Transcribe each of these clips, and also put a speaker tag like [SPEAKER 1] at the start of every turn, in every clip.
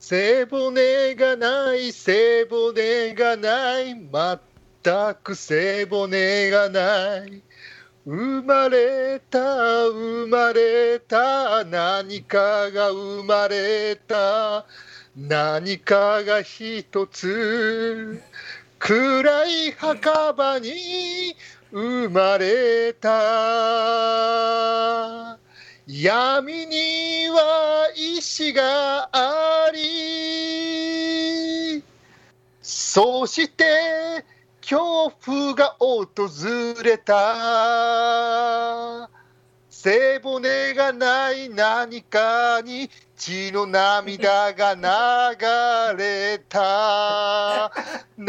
[SPEAKER 1] 背骨がない背骨がない全く背骨がない生まれた生まれた何かが生まれた何かが一つ暗い墓場に生まれた闇には石がありそして恐怖が訪れた背骨がない何かに血の涙が流れた流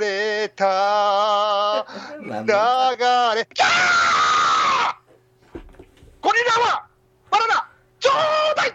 [SPEAKER 1] れた流
[SPEAKER 2] なんだ
[SPEAKER 1] れキャーゴリラはバナナちょうだい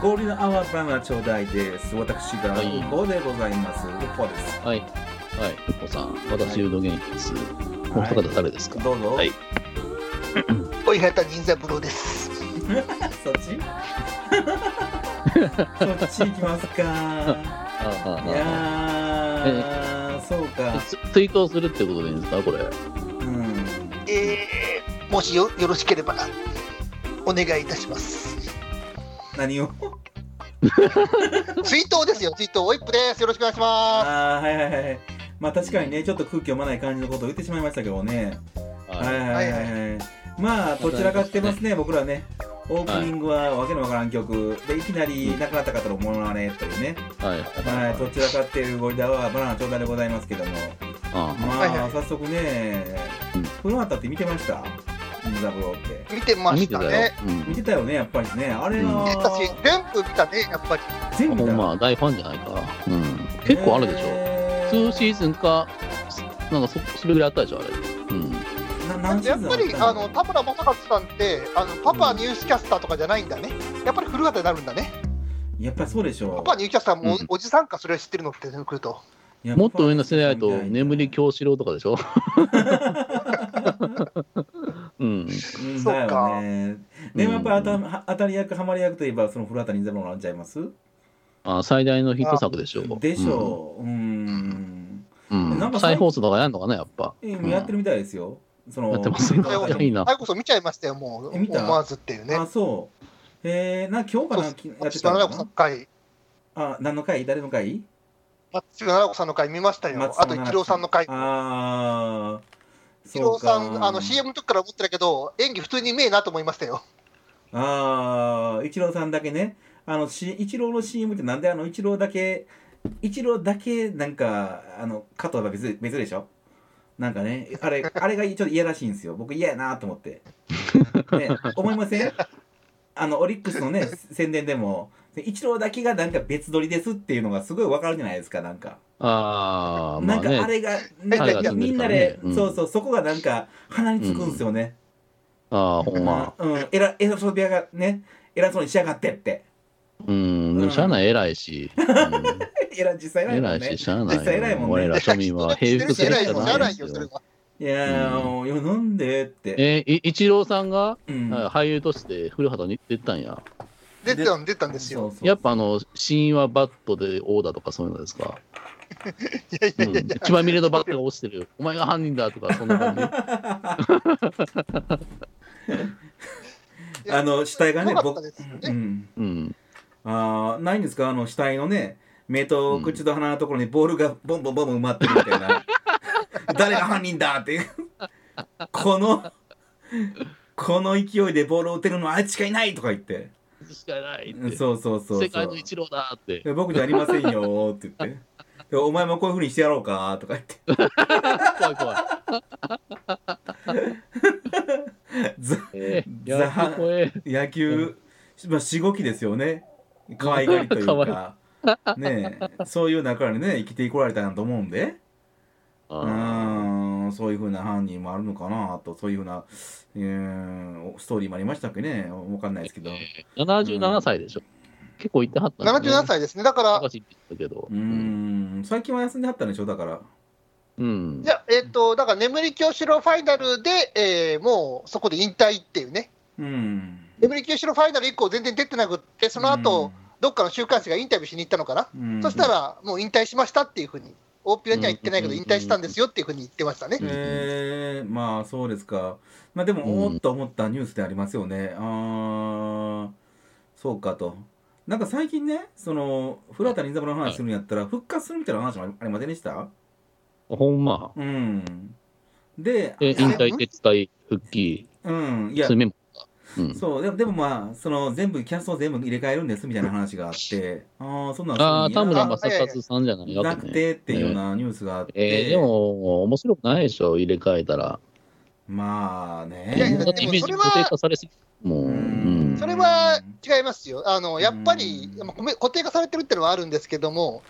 [SPEAKER 2] 氷の泡バナナちょうだいです。私が
[SPEAKER 3] はい
[SPEAKER 2] 五でございます。六歩です。
[SPEAKER 3] はい。はい。ポコさん、私、うど元気です。お二方誰ですか
[SPEAKER 2] どうぞ。
[SPEAKER 3] はい
[SPEAKER 1] おいはた銀座風呂です
[SPEAKER 2] そっ ち。そっち行きます か。
[SPEAKER 3] ああ
[SPEAKER 2] い
[SPEAKER 3] あ
[SPEAKER 2] やー、そう
[SPEAKER 3] ああ
[SPEAKER 2] か。
[SPEAKER 3] つ追悼するってことでいいんですかこれ。
[SPEAKER 2] うん。
[SPEAKER 1] えー、もしよよろしければお願いいたします
[SPEAKER 2] 何 を。
[SPEAKER 1] 追悼ですよ追悼オイップですよろしくお願いしま
[SPEAKER 2] ああ、はいはいはい。まあ、確かにね、ちょっと空気読まない感じのことを言ってしまいましたけどね。はいはいはいはい。まあ、どちらかってますね、僕らね。オープニングはわけのわからん曲でいきなり亡くなった方のモノマネというね、
[SPEAKER 3] はい。
[SPEAKER 2] はい、どちらかっていうゴリラはバナナちょうだいでございますけども、
[SPEAKER 3] あ
[SPEAKER 2] まあ、
[SPEAKER 1] はいはい
[SPEAKER 2] 早速ね
[SPEAKER 3] うん、
[SPEAKER 2] 古畑って見てました銀座ブローって。
[SPEAKER 1] す見て
[SPEAKER 3] あ
[SPEAKER 1] ましたね。
[SPEAKER 3] うん
[SPEAKER 2] 見てたよね、やっぱりね。あれ
[SPEAKER 3] うん
[SPEAKER 2] は
[SPEAKER 1] 見てたし全部見たねやっぱり
[SPEAKER 2] 全
[SPEAKER 3] ほ
[SPEAKER 2] 部
[SPEAKER 3] ん
[SPEAKER 2] だ。
[SPEAKER 3] ま、大ファンじゃないか。うん。結構あるでしょ。
[SPEAKER 2] えー
[SPEAKER 3] 2シーズンか、なんかそそれぐらいあったでしょ、あれ。うん。
[SPEAKER 2] な何シ
[SPEAKER 1] や
[SPEAKER 2] ー
[SPEAKER 1] っ
[SPEAKER 2] ズン
[SPEAKER 1] ぱり
[SPEAKER 2] った
[SPEAKER 1] あの田村正和さんってあのパパニュースキャスターとかじゃないんだねやっぱり古畑になるんだね
[SPEAKER 2] やっぱりそうでしょ
[SPEAKER 1] パパニュースキャスターもお,、
[SPEAKER 3] うん
[SPEAKER 1] じさんかそれは知ってるのってくると
[SPEAKER 2] う。やっぱ
[SPEAKER 3] もっと上の世代だと、
[SPEAKER 2] みたい
[SPEAKER 3] 眠り京志郎とかで しょ。うん。
[SPEAKER 2] うん
[SPEAKER 1] そ
[SPEAKER 2] だ
[SPEAKER 1] うか
[SPEAKER 2] よね。でもやっぱり
[SPEAKER 3] うん
[SPEAKER 2] 当たり役、ハマり役といえば、その古畑任三郎なんちゃいます
[SPEAKER 3] あ最大のヒット作でしょう。
[SPEAKER 2] でしょう。うん。
[SPEAKER 3] うん。うん
[SPEAKER 2] なんか最
[SPEAKER 3] 再放送とかやんのかな、やっぱ。
[SPEAKER 2] 今やってるみたいですよ。その
[SPEAKER 3] やってますね
[SPEAKER 2] 古畑
[SPEAKER 3] いやいいな
[SPEAKER 1] あれこそ見ちゃいましたよもう
[SPEAKER 2] え見た
[SPEAKER 1] 思わずっていうね
[SPEAKER 2] あ、そう。えー、な今日かなきやって
[SPEAKER 1] 松
[SPEAKER 2] た
[SPEAKER 1] 島
[SPEAKER 2] の
[SPEAKER 1] 奈々
[SPEAKER 2] か
[SPEAKER 1] 子さん
[SPEAKER 2] な
[SPEAKER 1] の回
[SPEAKER 2] あ、何の回誰の回
[SPEAKER 1] 松島奈々子さんの回見ましたよあと一郎さんの回
[SPEAKER 2] あー、
[SPEAKER 1] 一
[SPEAKER 2] そう
[SPEAKER 1] 郎
[SPEAKER 2] か。
[SPEAKER 1] さんあの CM の時から思ってたけど演技普通にうめえなと思いましたよ
[SPEAKER 2] あー、一郎さんだけね。あの、し一郎の CM ってなんであの一郎だけ、一郎だけなんか、あの、加藤は別別でしょなんかね、あ れ、あれがちょっと嫌らしいんですよ。僕嫌やなと思って。ね、思いませんあの、オリックスのね、宣伝でも、一郎だけがなんか別撮りですっていうのがすごいわかるじゃないですか、なんか。
[SPEAKER 3] ああ、ま
[SPEAKER 2] な
[SPEAKER 3] あ
[SPEAKER 2] んかあ
[SPEAKER 3] ね。
[SPEAKER 2] れが、なんかみんなで、
[SPEAKER 3] うん
[SPEAKER 2] そうそう、そこがなんか鼻につくんですよね。
[SPEAKER 3] ああ、ほんま。
[SPEAKER 2] うん、偉偉そうでやがね、偉そうにしやがってって。
[SPEAKER 3] うん。でも、しゃあない、偉いし。う
[SPEAKER 2] 偉い、実際
[SPEAKER 3] ん
[SPEAKER 2] ないも
[SPEAKER 3] 偉
[SPEAKER 2] ん
[SPEAKER 3] い
[SPEAKER 2] ね
[SPEAKER 3] し、。しゃあない
[SPEAKER 2] 実際偉い
[SPEAKER 3] よ。
[SPEAKER 2] もんね
[SPEAKER 3] 我ら庶民 は平服する
[SPEAKER 1] 偉
[SPEAKER 3] し
[SPEAKER 1] い
[SPEAKER 3] か
[SPEAKER 1] もんじ
[SPEAKER 3] ない
[SPEAKER 1] ゃ
[SPEAKER 3] ん
[SPEAKER 1] な
[SPEAKER 3] で
[SPEAKER 1] い
[SPEAKER 3] す
[SPEAKER 1] よそれ
[SPEAKER 3] よ。
[SPEAKER 1] はい
[SPEAKER 2] やー、
[SPEAKER 3] うん
[SPEAKER 2] もうよなんでって。
[SPEAKER 3] え、い一郎さんが
[SPEAKER 2] うん
[SPEAKER 3] あ俳優として古畑に出てたんや。
[SPEAKER 1] 出てたん出てたんですよ
[SPEAKER 2] そうそう
[SPEAKER 3] やっぱあの、死因はバットでオーダーとかそういうのですか。
[SPEAKER 1] いやい
[SPEAKER 3] うん
[SPEAKER 1] やいやいや
[SPEAKER 3] 一番見れのバットが落ちてる。お前が犯人だとか、そんな感じ。
[SPEAKER 2] あの死体がね
[SPEAKER 1] よ、かっ
[SPEAKER 2] 僕
[SPEAKER 1] た、ですよね
[SPEAKER 2] うん、
[SPEAKER 3] うん。
[SPEAKER 2] あーないんですか、あの死体のね、目と口と鼻のところにボールがボンボンボンボン埋まってるみたいな。 誰が犯人だっていう。この、この勢いでボールを打てるのはあいつしかいないとか言って。
[SPEAKER 3] しかないって。
[SPEAKER 2] そうそうそうそう。
[SPEAKER 3] 世界の一郎だって。
[SPEAKER 2] で僕じゃありませんよーって言 って。でお前もこういうふうにしてやろうかーとか言って。
[SPEAKER 3] 怖い怖い。
[SPEAKER 2] ざ
[SPEAKER 3] えー、
[SPEAKER 2] ざ
[SPEAKER 3] やばい怖え。
[SPEAKER 2] 野球、まあ、しごきですよね。可愛がりという か。ねえそういう中でね、生きてこられたなと思うんで。う
[SPEAKER 3] あ
[SPEAKER 2] ーん、そういうふうな犯人もあるのかなと、そういうふうな、えーストーリーもありましたっけね、わかんないですけど。
[SPEAKER 3] 77歳でしょ。結構行ってはったんだね
[SPEAKER 4] 77歳ですね。だから、
[SPEAKER 3] 高橋だけど。
[SPEAKER 2] うーん、最近は休んではったんでしょ、だから。
[SPEAKER 3] うん
[SPEAKER 4] じ。ゃあえっ、と、だから、眠り清志郎ファイナルで、えーもうそこで引退っていうね。
[SPEAKER 2] うん。
[SPEAKER 4] 眠り清志郎ファイナル以降全然出てなくって、その後、どっかの週刊誌がインタビューしに行ったのかな。
[SPEAKER 2] うん、うん
[SPEAKER 4] そした、ら、もう引退しましたっていうふうに、大っぴらには言ってないけど、
[SPEAKER 3] うん
[SPEAKER 4] 引退したんですよっていうふうに言ってましたね。
[SPEAKER 2] えー、まあそうですか。まあで
[SPEAKER 3] うん
[SPEAKER 2] も、おーっと思ったニュースでありますよね。あー、そうかと。なんか最近ね、その、古畑任三郎の話するんやったら、復活するみたいな話もありありませんでした
[SPEAKER 3] ほんま。
[SPEAKER 2] うん。で、
[SPEAKER 3] え、引
[SPEAKER 4] あ
[SPEAKER 3] 退、撤退、復帰、
[SPEAKER 2] うん、いや
[SPEAKER 3] そういう、メンバーが。うん。
[SPEAKER 2] そう、でもでもまあ、その全部、キャストを全部入れ替えるんですみたいな話があって、ああ、そんなんするんや
[SPEAKER 3] ああ、田村
[SPEAKER 4] ま
[SPEAKER 3] 正和さんじゃないわ
[SPEAKER 2] な
[SPEAKER 3] け
[SPEAKER 2] く
[SPEAKER 3] ね。
[SPEAKER 2] てっていうようなニュースがあって、
[SPEAKER 3] えー、でも、面白くないでしょ、入れ替えたら。
[SPEAKER 2] まあね。
[SPEAKER 4] いやいや
[SPEAKER 3] だってイメージ
[SPEAKER 4] でもそ
[SPEAKER 3] 固
[SPEAKER 4] れは
[SPEAKER 3] 定化されすぎもう、う
[SPEAKER 2] うん
[SPEAKER 3] ん。
[SPEAKER 4] それは違いますよ。あの、やっぱり
[SPEAKER 2] うん、
[SPEAKER 4] まあ固定化されてるっていうのはあるんですけども、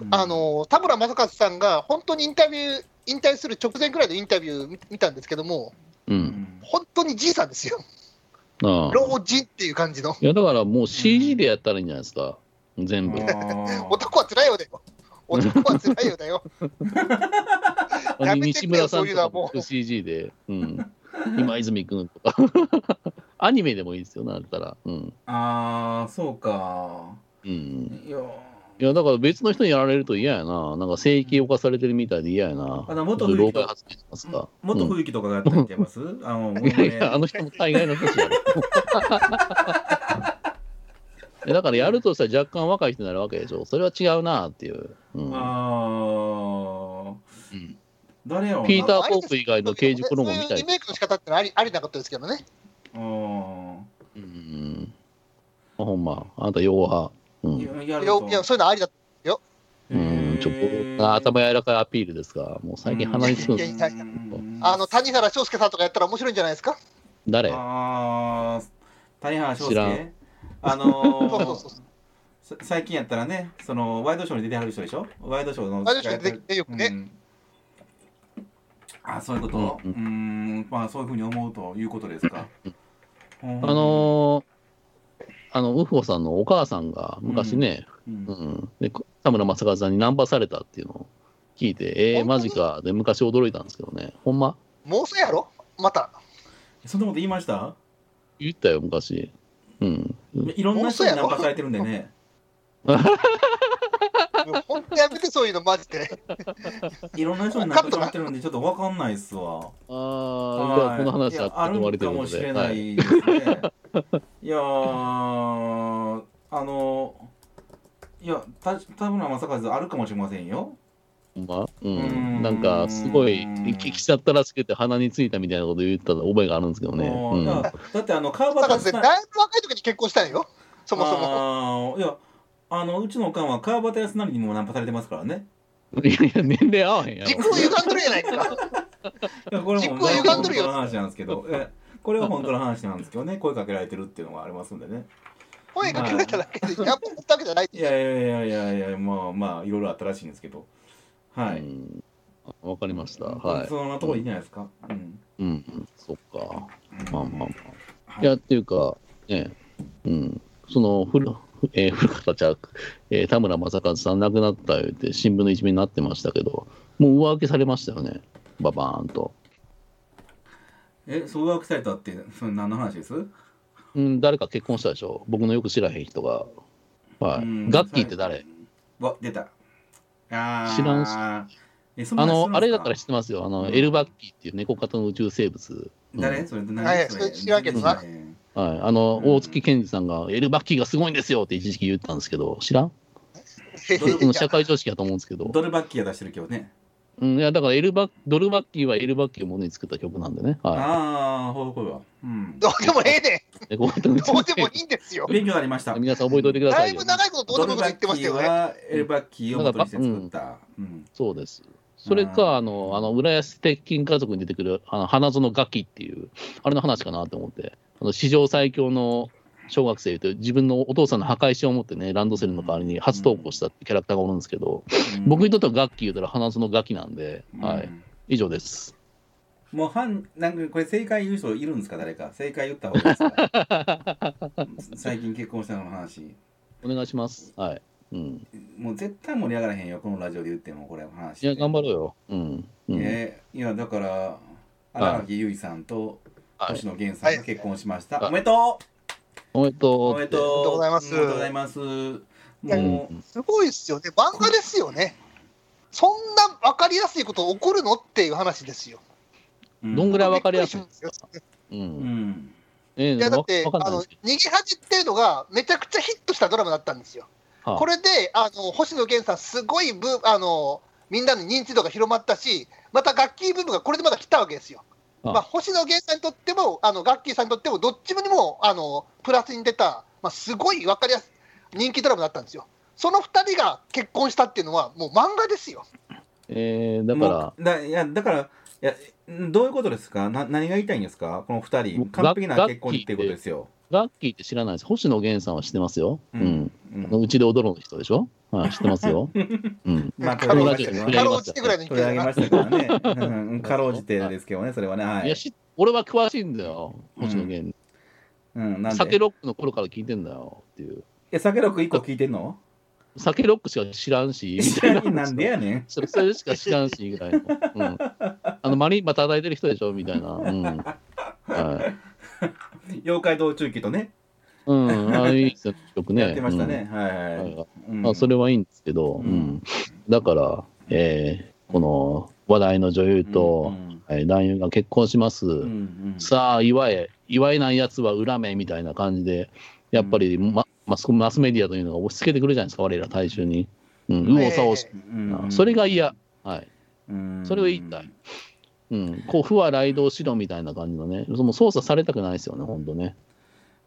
[SPEAKER 2] うん
[SPEAKER 4] あ、の田村正和さんが本当にインタビュー、引退する直前くらいのインタビュー見見たんですけども、
[SPEAKER 3] う。
[SPEAKER 2] うんん
[SPEAKER 4] 本当にじいさんですよ、
[SPEAKER 3] ああ。
[SPEAKER 4] 老人っていう感じの、
[SPEAKER 3] いや、だからもう CG でやったらいいんじゃないですか。全部。
[SPEAKER 4] 男はつらいよだよ、男はつらいよだ よ、やめ
[SPEAKER 3] 西
[SPEAKER 4] てくれ
[SPEAKER 3] 村
[SPEAKER 4] よ
[SPEAKER 3] さんとか
[SPEAKER 4] そういうのはもう
[SPEAKER 3] CG で、うん、今泉君とかアニメでもいいですよなったら、うん
[SPEAKER 2] あーあー、そうか。
[SPEAKER 3] うん、
[SPEAKER 2] いやー、
[SPEAKER 3] いやだから別の人にやられると嫌やななんか正規犯されてるみたいで嫌やな
[SPEAKER 2] あの元
[SPEAKER 3] ちょ
[SPEAKER 2] 冬木
[SPEAKER 3] っと老
[SPEAKER 2] と
[SPEAKER 3] 害
[SPEAKER 2] か
[SPEAKER 3] 発言しますか、
[SPEAKER 2] 元冬木とかがやったりしてます、あの、もう
[SPEAKER 3] うんいやい
[SPEAKER 2] ね
[SPEAKER 3] やあの人も大概の年やろえだからやるとしたら若干若い人になるわけでしょそれは違うなっていう、うん
[SPEAKER 2] ああ、
[SPEAKER 3] うん
[SPEAKER 2] 誰やろうな
[SPEAKER 3] ピーター・ポープ以外の刑事コロモンみ
[SPEAKER 4] そう
[SPEAKER 3] た
[SPEAKER 4] いう
[SPEAKER 3] い
[SPEAKER 4] リメイクの仕方ってのはありありなかったですけどね、
[SPEAKER 2] あ
[SPEAKER 3] うんあほんまあなた洋派う
[SPEAKER 2] あ、
[SPEAKER 3] ん
[SPEAKER 2] やや
[SPEAKER 4] い
[SPEAKER 2] る
[SPEAKER 4] や
[SPEAKER 2] と
[SPEAKER 4] いやそういうのはありだ
[SPEAKER 3] うんちょっと頭柔らかいアピールですか、もう最近鼻につく
[SPEAKER 4] いやい
[SPEAKER 3] の、
[SPEAKER 4] やいやあの谷原章介さんとかやったら面白いんじゃないですか、
[SPEAKER 3] 誰
[SPEAKER 2] ああ、谷原章
[SPEAKER 3] 知ら
[SPEAKER 2] 介
[SPEAKER 3] ん。
[SPEAKER 2] あ
[SPEAKER 4] そうそ
[SPEAKER 2] の
[SPEAKER 4] うそう
[SPEAKER 2] ー、さ最近やったらね、そのワイドショーに出てはる人でしょワイドショーの。
[SPEAKER 4] ワイドショーに出ててよくね
[SPEAKER 2] うんあそういうこと。う
[SPEAKER 3] う
[SPEAKER 2] ー
[SPEAKER 3] ん
[SPEAKER 2] ん、まあそういうふうに思うということですか。あ
[SPEAKER 3] あのー、あの、ウフオさんのお母さんが昔ね、うんで田村正和さんにナンパされたっていうのを聞いて、えー、マ
[SPEAKER 4] 本当
[SPEAKER 3] ジ
[SPEAKER 4] に
[SPEAKER 3] か、で、昔驚いたんですけどね、ほんま
[SPEAKER 4] 妄想やろ、また、
[SPEAKER 2] そんなこと言いました
[SPEAKER 3] 言ったよ、昔。うん。
[SPEAKER 2] いろんな人にナンパされてるんで ね。
[SPEAKER 4] もう本当やめて、そういうの、マジで、
[SPEAKER 2] いろんな人にナンパされてるんで、ちょっとわかんないっすわ。
[SPEAKER 3] あ
[SPEAKER 2] はい
[SPEAKER 3] ー、じゃあこの話はあっ
[SPEAKER 2] いやあ
[SPEAKER 3] て終わ
[SPEAKER 2] る
[SPEAKER 3] りという
[SPEAKER 2] か
[SPEAKER 3] こ
[SPEAKER 2] も
[SPEAKER 3] と
[SPEAKER 2] し
[SPEAKER 3] で。
[SPEAKER 2] れ
[SPEAKER 3] は。
[SPEAKER 2] ないいですね。い、やーあのいやた田村正和あるかもしれませんよ。
[SPEAKER 3] ほんまう
[SPEAKER 2] うん
[SPEAKER 3] ん。なんか、すごい、聞きちゃったらしくて鼻についたみたいなこと言った覚えがあるんですけどね。
[SPEAKER 2] もう
[SPEAKER 3] うん
[SPEAKER 2] いやだってあの川
[SPEAKER 4] だから
[SPEAKER 2] 端
[SPEAKER 4] だい
[SPEAKER 2] さ
[SPEAKER 4] ぶ
[SPEAKER 2] ん
[SPEAKER 4] 若い時に結婚したんよ、そもそも。
[SPEAKER 2] あーいやあのうちのおかんは川端康成にもナンパされてますからね。
[SPEAKER 3] いやいや、年齢合わへんや
[SPEAKER 4] 軸
[SPEAKER 3] ろ。
[SPEAKER 4] を歪んどるやないか。
[SPEAKER 2] い やこれ
[SPEAKER 4] 実
[SPEAKER 2] も
[SPEAKER 4] 行歪んどる
[SPEAKER 2] 本当
[SPEAKER 4] よ
[SPEAKER 2] の話なんですけ ど、えこれは本当の話なんですけどね、声かけられてるっていうのがありますんでね。
[SPEAKER 4] 声かけられただけで、やっぱったわけじゃない。
[SPEAKER 2] いやいやいやいやいやまあまあいろいろあったらしいんですけど、は
[SPEAKER 3] う
[SPEAKER 2] い。
[SPEAKER 3] んあわかりました。はい。
[SPEAKER 2] そんなところいいんじゃないですか。うん。
[SPEAKER 3] うん、うんそっか。
[SPEAKER 2] うん
[SPEAKER 3] まあまあま
[SPEAKER 2] は
[SPEAKER 3] あ。
[SPEAKER 2] い
[SPEAKER 3] いや、っていうか、ね、うん、その、古、えー、古方ちゃん、えー田村正和さん亡くなった言って、新聞の一面になってましたけど、もう上書きされましたよね。ババーンと。
[SPEAKER 2] え、総額されたって、それ何の話です
[SPEAKER 3] うん、誰か結婚したでしょ。僕のよく知らへん人が。は
[SPEAKER 2] うん
[SPEAKER 3] い。ガッキーって誰
[SPEAKER 2] わ、出た。あー
[SPEAKER 3] 知らんし
[SPEAKER 2] え、そんな
[SPEAKER 3] あ
[SPEAKER 2] 話す
[SPEAKER 3] の
[SPEAKER 2] るんす、
[SPEAKER 3] あれだから知ってますよ。あの、
[SPEAKER 2] うん
[SPEAKER 3] エルバッキーっていう猫型の宇宙生物。うん
[SPEAKER 2] 誰それ、何
[SPEAKER 4] はい
[SPEAKER 2] そ
[SPEAKER 4] そ
[SPEAKER 2] れ
[SPEAKER 4] れ知らんけどな
[SPEAKER 2] うん
[SPEAKER 3] はい。あの、
[SPEAKER 2] うん
[SPEAKER 3] 大月健二さんが、エルバッキーがすごいんですよって一時期言ったんですけど、知らん
[SPEAKER 2] どれ
[SPEAKER 3] 僕の社会常識だと思うんですけど。
[SPEAKER 2] ドルバッキーが出してるけどね。
[SPEAKER 3] うん、いやだからエルバドルバッキーはエルバッキーをものに作った曲なんでね、は
[SPEAKER 2] ああ、ほうほうは。うん。
[SPEAKER 4] どうでもえ えね
[SPEAKER 3] い、でこうやって打
[SPEAKER 4] ん。
[SPEAKER 3] ち
[SPEAKER 4] どう
[SPEAKER 3] 抜
[SPEAKER 4] で
[SPEAKER 3] け
[SPEAKER 4] もいいんですよ。
[SPEAKER 2] 勉強になりました。
[SPEAKER 3] 皆さん覚えておいてくだ
[SPEAKER 4] だ
[SPEAKER 3] さ
[SPEAKER 4] い
[SPEAKER 3] いよ
[SPEAKER 4] ぶ。長いことどうでもいいこと言ってますよ
[SPEAKER 2] ドル
[SPEAKER 4] ね。
[SPEAKER 2] バッキーはエルバッキーを元にして作った。うん。
[SPEAKER 3] そうです。それ
[SPEAKER 2] うん
[SPEAKER 3] か、あの、あの浦安鉄筋家族に出てくるあの花園ガキっていう、あれの話かなと思って、あの史上最強の小学生という、自分のお父さんの破壊しを持ってね、ランドセルの代わりに初登校したってキャラクターがおるんですけど、僕にとってはガッキー言うたら花園ガキなんで、は
[SPEAKER 2] う
[SPEAKER 3] い
[SPEAKER 2] ん、。
[SPEAKER 3] 以上です。
[SPEAKER 2] もう反なんかこれ正解言う人いるんですか誰か正解言った方がいいですか最近結婚したのの話
[SPEAKER 3] お願いします。はい。うん。
[SPEAKER 2] もう絶対盛り上がらへんよこのラジオで言ってもこれ話
[SPEAKER 3] いや、頑張ろうよ。うん。うん。
[SPEAKER 2] えーいやだから荒垣結衣さんと
[SPEAKER 3] はい
[SPEAKER 2] 星野源さんが結婚しました、
[SPEAKER 3] はい
[SPEAKER 2] おめでとう
[SPEAKER 3] おめでとう。
[SPEAKER 2] おめでとう
[SPEAKER 1] おめでとうございます
[SPEAKER 2] おめでとうございます
[SPEAKER 3] う。
[SPEAKER 2] もうん
[SPEAKER 1] すごいですよね。漫画ですよね。そんな分かりやすいこと起こるのっていう話ですよ。
[SPEAKER 2] うん
[SPEAKER 3] どんぐらい分かりやすい
[SPEAKER 1] びっくしますよ
[SPEAKER 2] う
[SPEAKER 3] う。
[SPEAKER 2] んん
[SPEAKER 3] ええ
[SPEAKER 1] いや、だって、
[SPEAKER 3] わかんな
[SPEAKER 1] あ
[SPEAKER 3] いで
[SPEAKER 1] の、逃
[SPEAKER 3] すけ
[SPEAKER 1] げ恥っていうのがめちゃくちゃヒットしたドラマだったんですよ。
[SPEAKER 3] ど。
[SPEAKER 1] こ
[SPEAKER 3] れ、
[SPEAKER 1] れで、あの、星野源さん、すごいブーあの、みんなの認知度が広まったし、また楽器ブームがこれでまだ来たわけですよ。
[SPEAKER 3] あ
[SPEAKER 1] まあ、星野源さんにとっても、あの、ガッキーさんにとっても、どっちもにも、あの、プラスに出た、まあ、すごい分かりやすい人気ドラマだったんですよ。その二人が結婚したっていうのは、もう漫画ですよ。
[SPEAKER 3] ええだから
[SPEAKER 2] も、うだいやだからいやんどういうことですかな何が言いたいんですかこの二人
[SPEAKER 3] 僕
[SPEAKER 2] 完璧な
[SPEAKER 3] ラッ
[SPEAKER 2] 結婚っていうことですよ、
[SPEAKER 3] ラッキーって知らないです。星野源さんは知ってますよ。
[SPEAKER 2] う
[SPEAKER 3] うんん。
[SPEAKER 2] うん
[SPEAKER 3] あのうちで踊るの人でしょはい、知ってま すよ。うん。
[SPEAKER 2] まあ
[SPEAKER 1] か
[SPEAKER 2] 取
[SPEAKER 1] ろ
[SPEAKER 2] り
[SPEAKER 1] う
[SPEAKER 2] 上
[SPEAKER 1] じ
[SPEAKER 2] げ
[SPEAKER 1] て
[SPEAKER 2] ました
[SPEAKER 3] 取
[SPEAKER 2] け
[SPEAKER 3] り
[SPEAKER 1] か
[SPEAKER 2] ど
[SPEAKER 3] 上
[SPEAKER 2] ね
[SPEAKER 3] げ
[SPEAKER 1] ろ
[SPEAKER 3] ま
[SPEAKER 1] う
[SPEAKER 3] した
[SPEAKER 1] じてぐらいの勢い
[SPEAKER 2] 取り
[SPEAKER 1] だ
[SPEAKER 2] 上
[SPEAKER 1] な
[SPEAKER 2] げましたからね、う んうんかろうじてですけどねそれはねはい
[SPEAKER 3] や
[SPEAKER 2] い、
[SPEAKER 3] し、俺は詳しいんだよ、星野源。
[SPEAKER 2] うん、なん
[SPEAKER 3] 酒
[SPEAKER 2] で
[SPEAKER 3] ロックの頃から聞いてんだよっていう。
[SPEAKER 2] え酒六一個聞いてんの
[SPEAKER 3] 酒ロックしか知らんし、みたいな。
[SPEAKER 2] なんでやねん
[SPEAKER 3] それそれしか知らんし、ぐらいの。うん。あ の、マリンバ叩いてる人でしょみたいな。うん。はい。
[SPEAKER 2] 妖怪道中記とね
[SPEAKER 3] うん。ああ、いいですよ、曲ね。
[SPEAKER 2] やってましたね、はいは
[SPEAKER 3] うん。はいい、
[SPEAKER 2] うん
[SPEAKER 3] まあ、それはいいんですけど、
[SPEAKER 2] う
[SPEAKER 3] うんんだから、えーこの話題の女優と、はい男優が結婚します、
[SPEAKER 2] うんうん
[SPEAKER 3] さあ祝え祝えないやつは恨めみたいな感じでやっぱりまマスコマスメディアというのが押し付けてくるじゃないですか我ら大衆に、うん、右往左往し
[SPEAKER 1] ええ
[SPEAKER 2] うんうん
[SPEAKER 3] それが嫌、はい
[SPEAKER 2] うん
[SPEAKER 3] それを言いたいうん、こう不は雷道しろみたいな感じのねその操作されたくないですよね本当ね、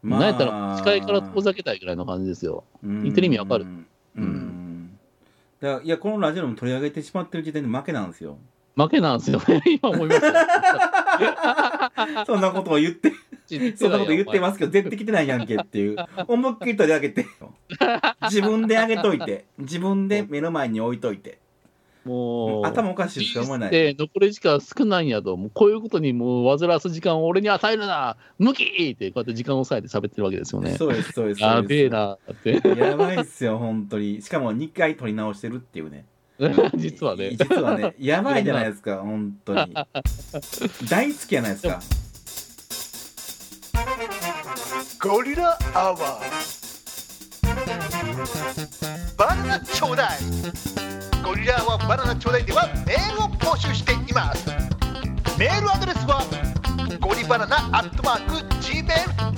[SPEAKER 2] まあ
[SPEAKER 3] なんやったら視界から遠ざけたいぐらいの感じですよ
[SPEAKER 2] 言
[SPEAKER 3] 言ってる意味わかる
[SPEAKER 2] うん、
[SPEAKER 3] うん
[SPEAKER 2] だからいやこのラジオでも取り上げてしまってる時点で負けなんですよ
[SPEAKER 3] 負けなんですよね 今思いまし たよ
[SPEAKER 2] そんなことを言 ってそんなこと言って
[SPEAKER 3] す
[SPEAKER 2] ますけど絶対来てないやんけっていう思いっきり取り上げ て自分で上げといて自分で目の前に置いといて
[SPEAKER 3] もう
[SPEAKER 2] 頭おかしいしか思えない
[SPEAKER 3] で残り時間少ないんやと、もうこういうことにもう煩わす時間を俺に与えるな、無きってこうやって時間を割いて喋ってるわけですよね。
[SPEAKER 2] そうですそうです
[SPEAKER 3] や
[SPEAKER 2] そうです
[SPEAKER 3] べえなって、
[SPEAKER 2] やばいっすよ本当にしかも2回取り直してるっていうね
[SPEAKER 3] 実はね。
[SPEAKER 2] 実は ねやばいじゃないですか本当に大好きじゃないです か
[SPEAKER 1] ゴリラアワーバナナちょうだいゴリラアワーバナナちょうだいではメールを募集していますメールアドレスはゴリバナナアットマーク Gmail.com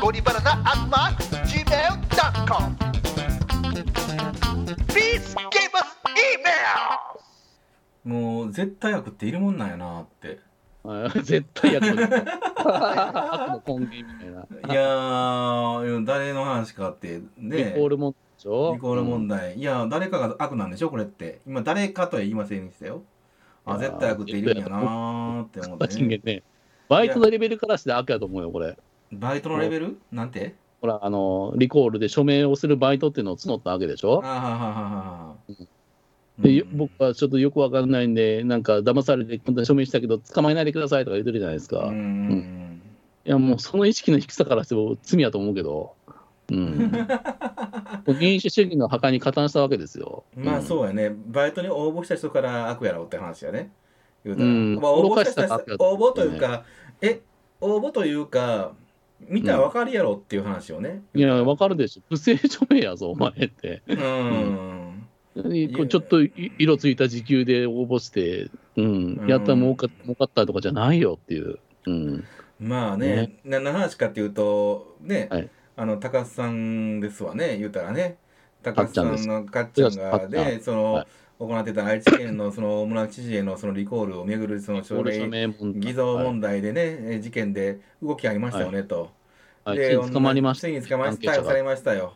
[SPEAKER 1] ゴリバナナアットマーク Gmail.com Please give us email!
[SPEAKER 2] もう絶対悪っているもんなんやなって
[SPEAKER 3] 絶対役に立たない 悪の根源みたいな。
[SPEAKER 2] いやー誰の話かって
[SPEAKER 3] リ
[SPEAKER 2] ね
[SPEAKER 3] コール問題でしょ。
[SPEAKER 2] リコール問題、いや誰かが悪なんでしょこれって今誰かとは言いませんでしたよあ絶対悪っているんやなーって思っ
[SPEAKER 3] うん
[SPEAKER 2] て、
[SPEAKER 3] 人
[SPEAKER 2] ね
[SPEAKER 3] 間、ね。バイトのレベルからして悪やと思うよ、これ。
[SPEAKER 2] バイトのレベルなんて
[SPEAKER 3] ほら、あの、リコールで署名をするバイトっていうのを募ったわけでしょ。
[SPEAKER 2] あーはーはーはーはー
[SPEAKER 3] でよ
[SPEAKER 2] うん
[SPEAKER 3] 僕はちょっとよくわかんないんで、なんか騙されて、本当に署名したけど、捕まえないでくださいとか言ってるじゃないですか。
[SPEAKER 2] うん
[SPEAKER 3] い
[SPEAKER 2] うん
[SPEAKER 3] や、もうその意識の低さからしても罪やと思うけど、うん、 民主主義の破壊に加担したわけですよ。
[SPEAKER 2] まあ
[SPEAKER 3] う
[SPEAKER 2] そうやね、バイトに応募した人から悪やろうって話やね。言うたら、
[SPEAKER 3] うん
[SPEAKER 2] まあ、応募した
[SPEAKER 3] 愚かしさが
[SPEAKER 2] 人
[SPEAKER 3] あったよ
[SPEAKER 2] 応募というか、え、応募というか、見たらわかるやろっていう話をね。
[SPEAKER 3] ん。いや、わかるでしょ。不正署名やぞ、お前って。
[SPEAKER 2] うん。うん
[SPEAKER 3] こうちょっとい色ついた時給で応募して、うん
[SPEAKER 2] うん、
[SPEAKER 3] やったら儲か儲かったとかじゃないよっていう。うん。
[SPEAKER 2] まあね、何の話かっていうと、ね、
[SPEAKER 3] はい
[SPEAKER 2] あの、高須さんですわね、言うたらね。高須さんのかっち
[SPEAKER 3] ち
[SPEAKER 2] ゃ
[SPEAKER 3] ゃ
[SPEAKER 2] ん
[SPEAKER 3] んです
[SPEAKER 2] が
[SPEAKER 3] は
[SPEAKER 2] ね、その、
[SPEAKER 3] はい
[SPEAKER 2] 行ってた愛知県のその大村知事へのそのリコールをめぐるその署
[SPEAKER 3] 俺署
[SPEAKER 2] 名
[SPEAKER 3] 名問題
[SPEAKER 2] 偽造問題でね、え事件で動きありましたよね、と。
[SPEAKER 3] はい
[SPEAKER 2] で
[SPEAKER 3] ついに捕まりました。
[SPEAKER 2] ついに捕まり
[SPEAKER 3] 関係
[SPEAKER 2] 逮
[SPEAKER 3] 者
[SPEAKER 2] 捕
[SPEAKER 3] が
[SPEAKER 2] されましたよ。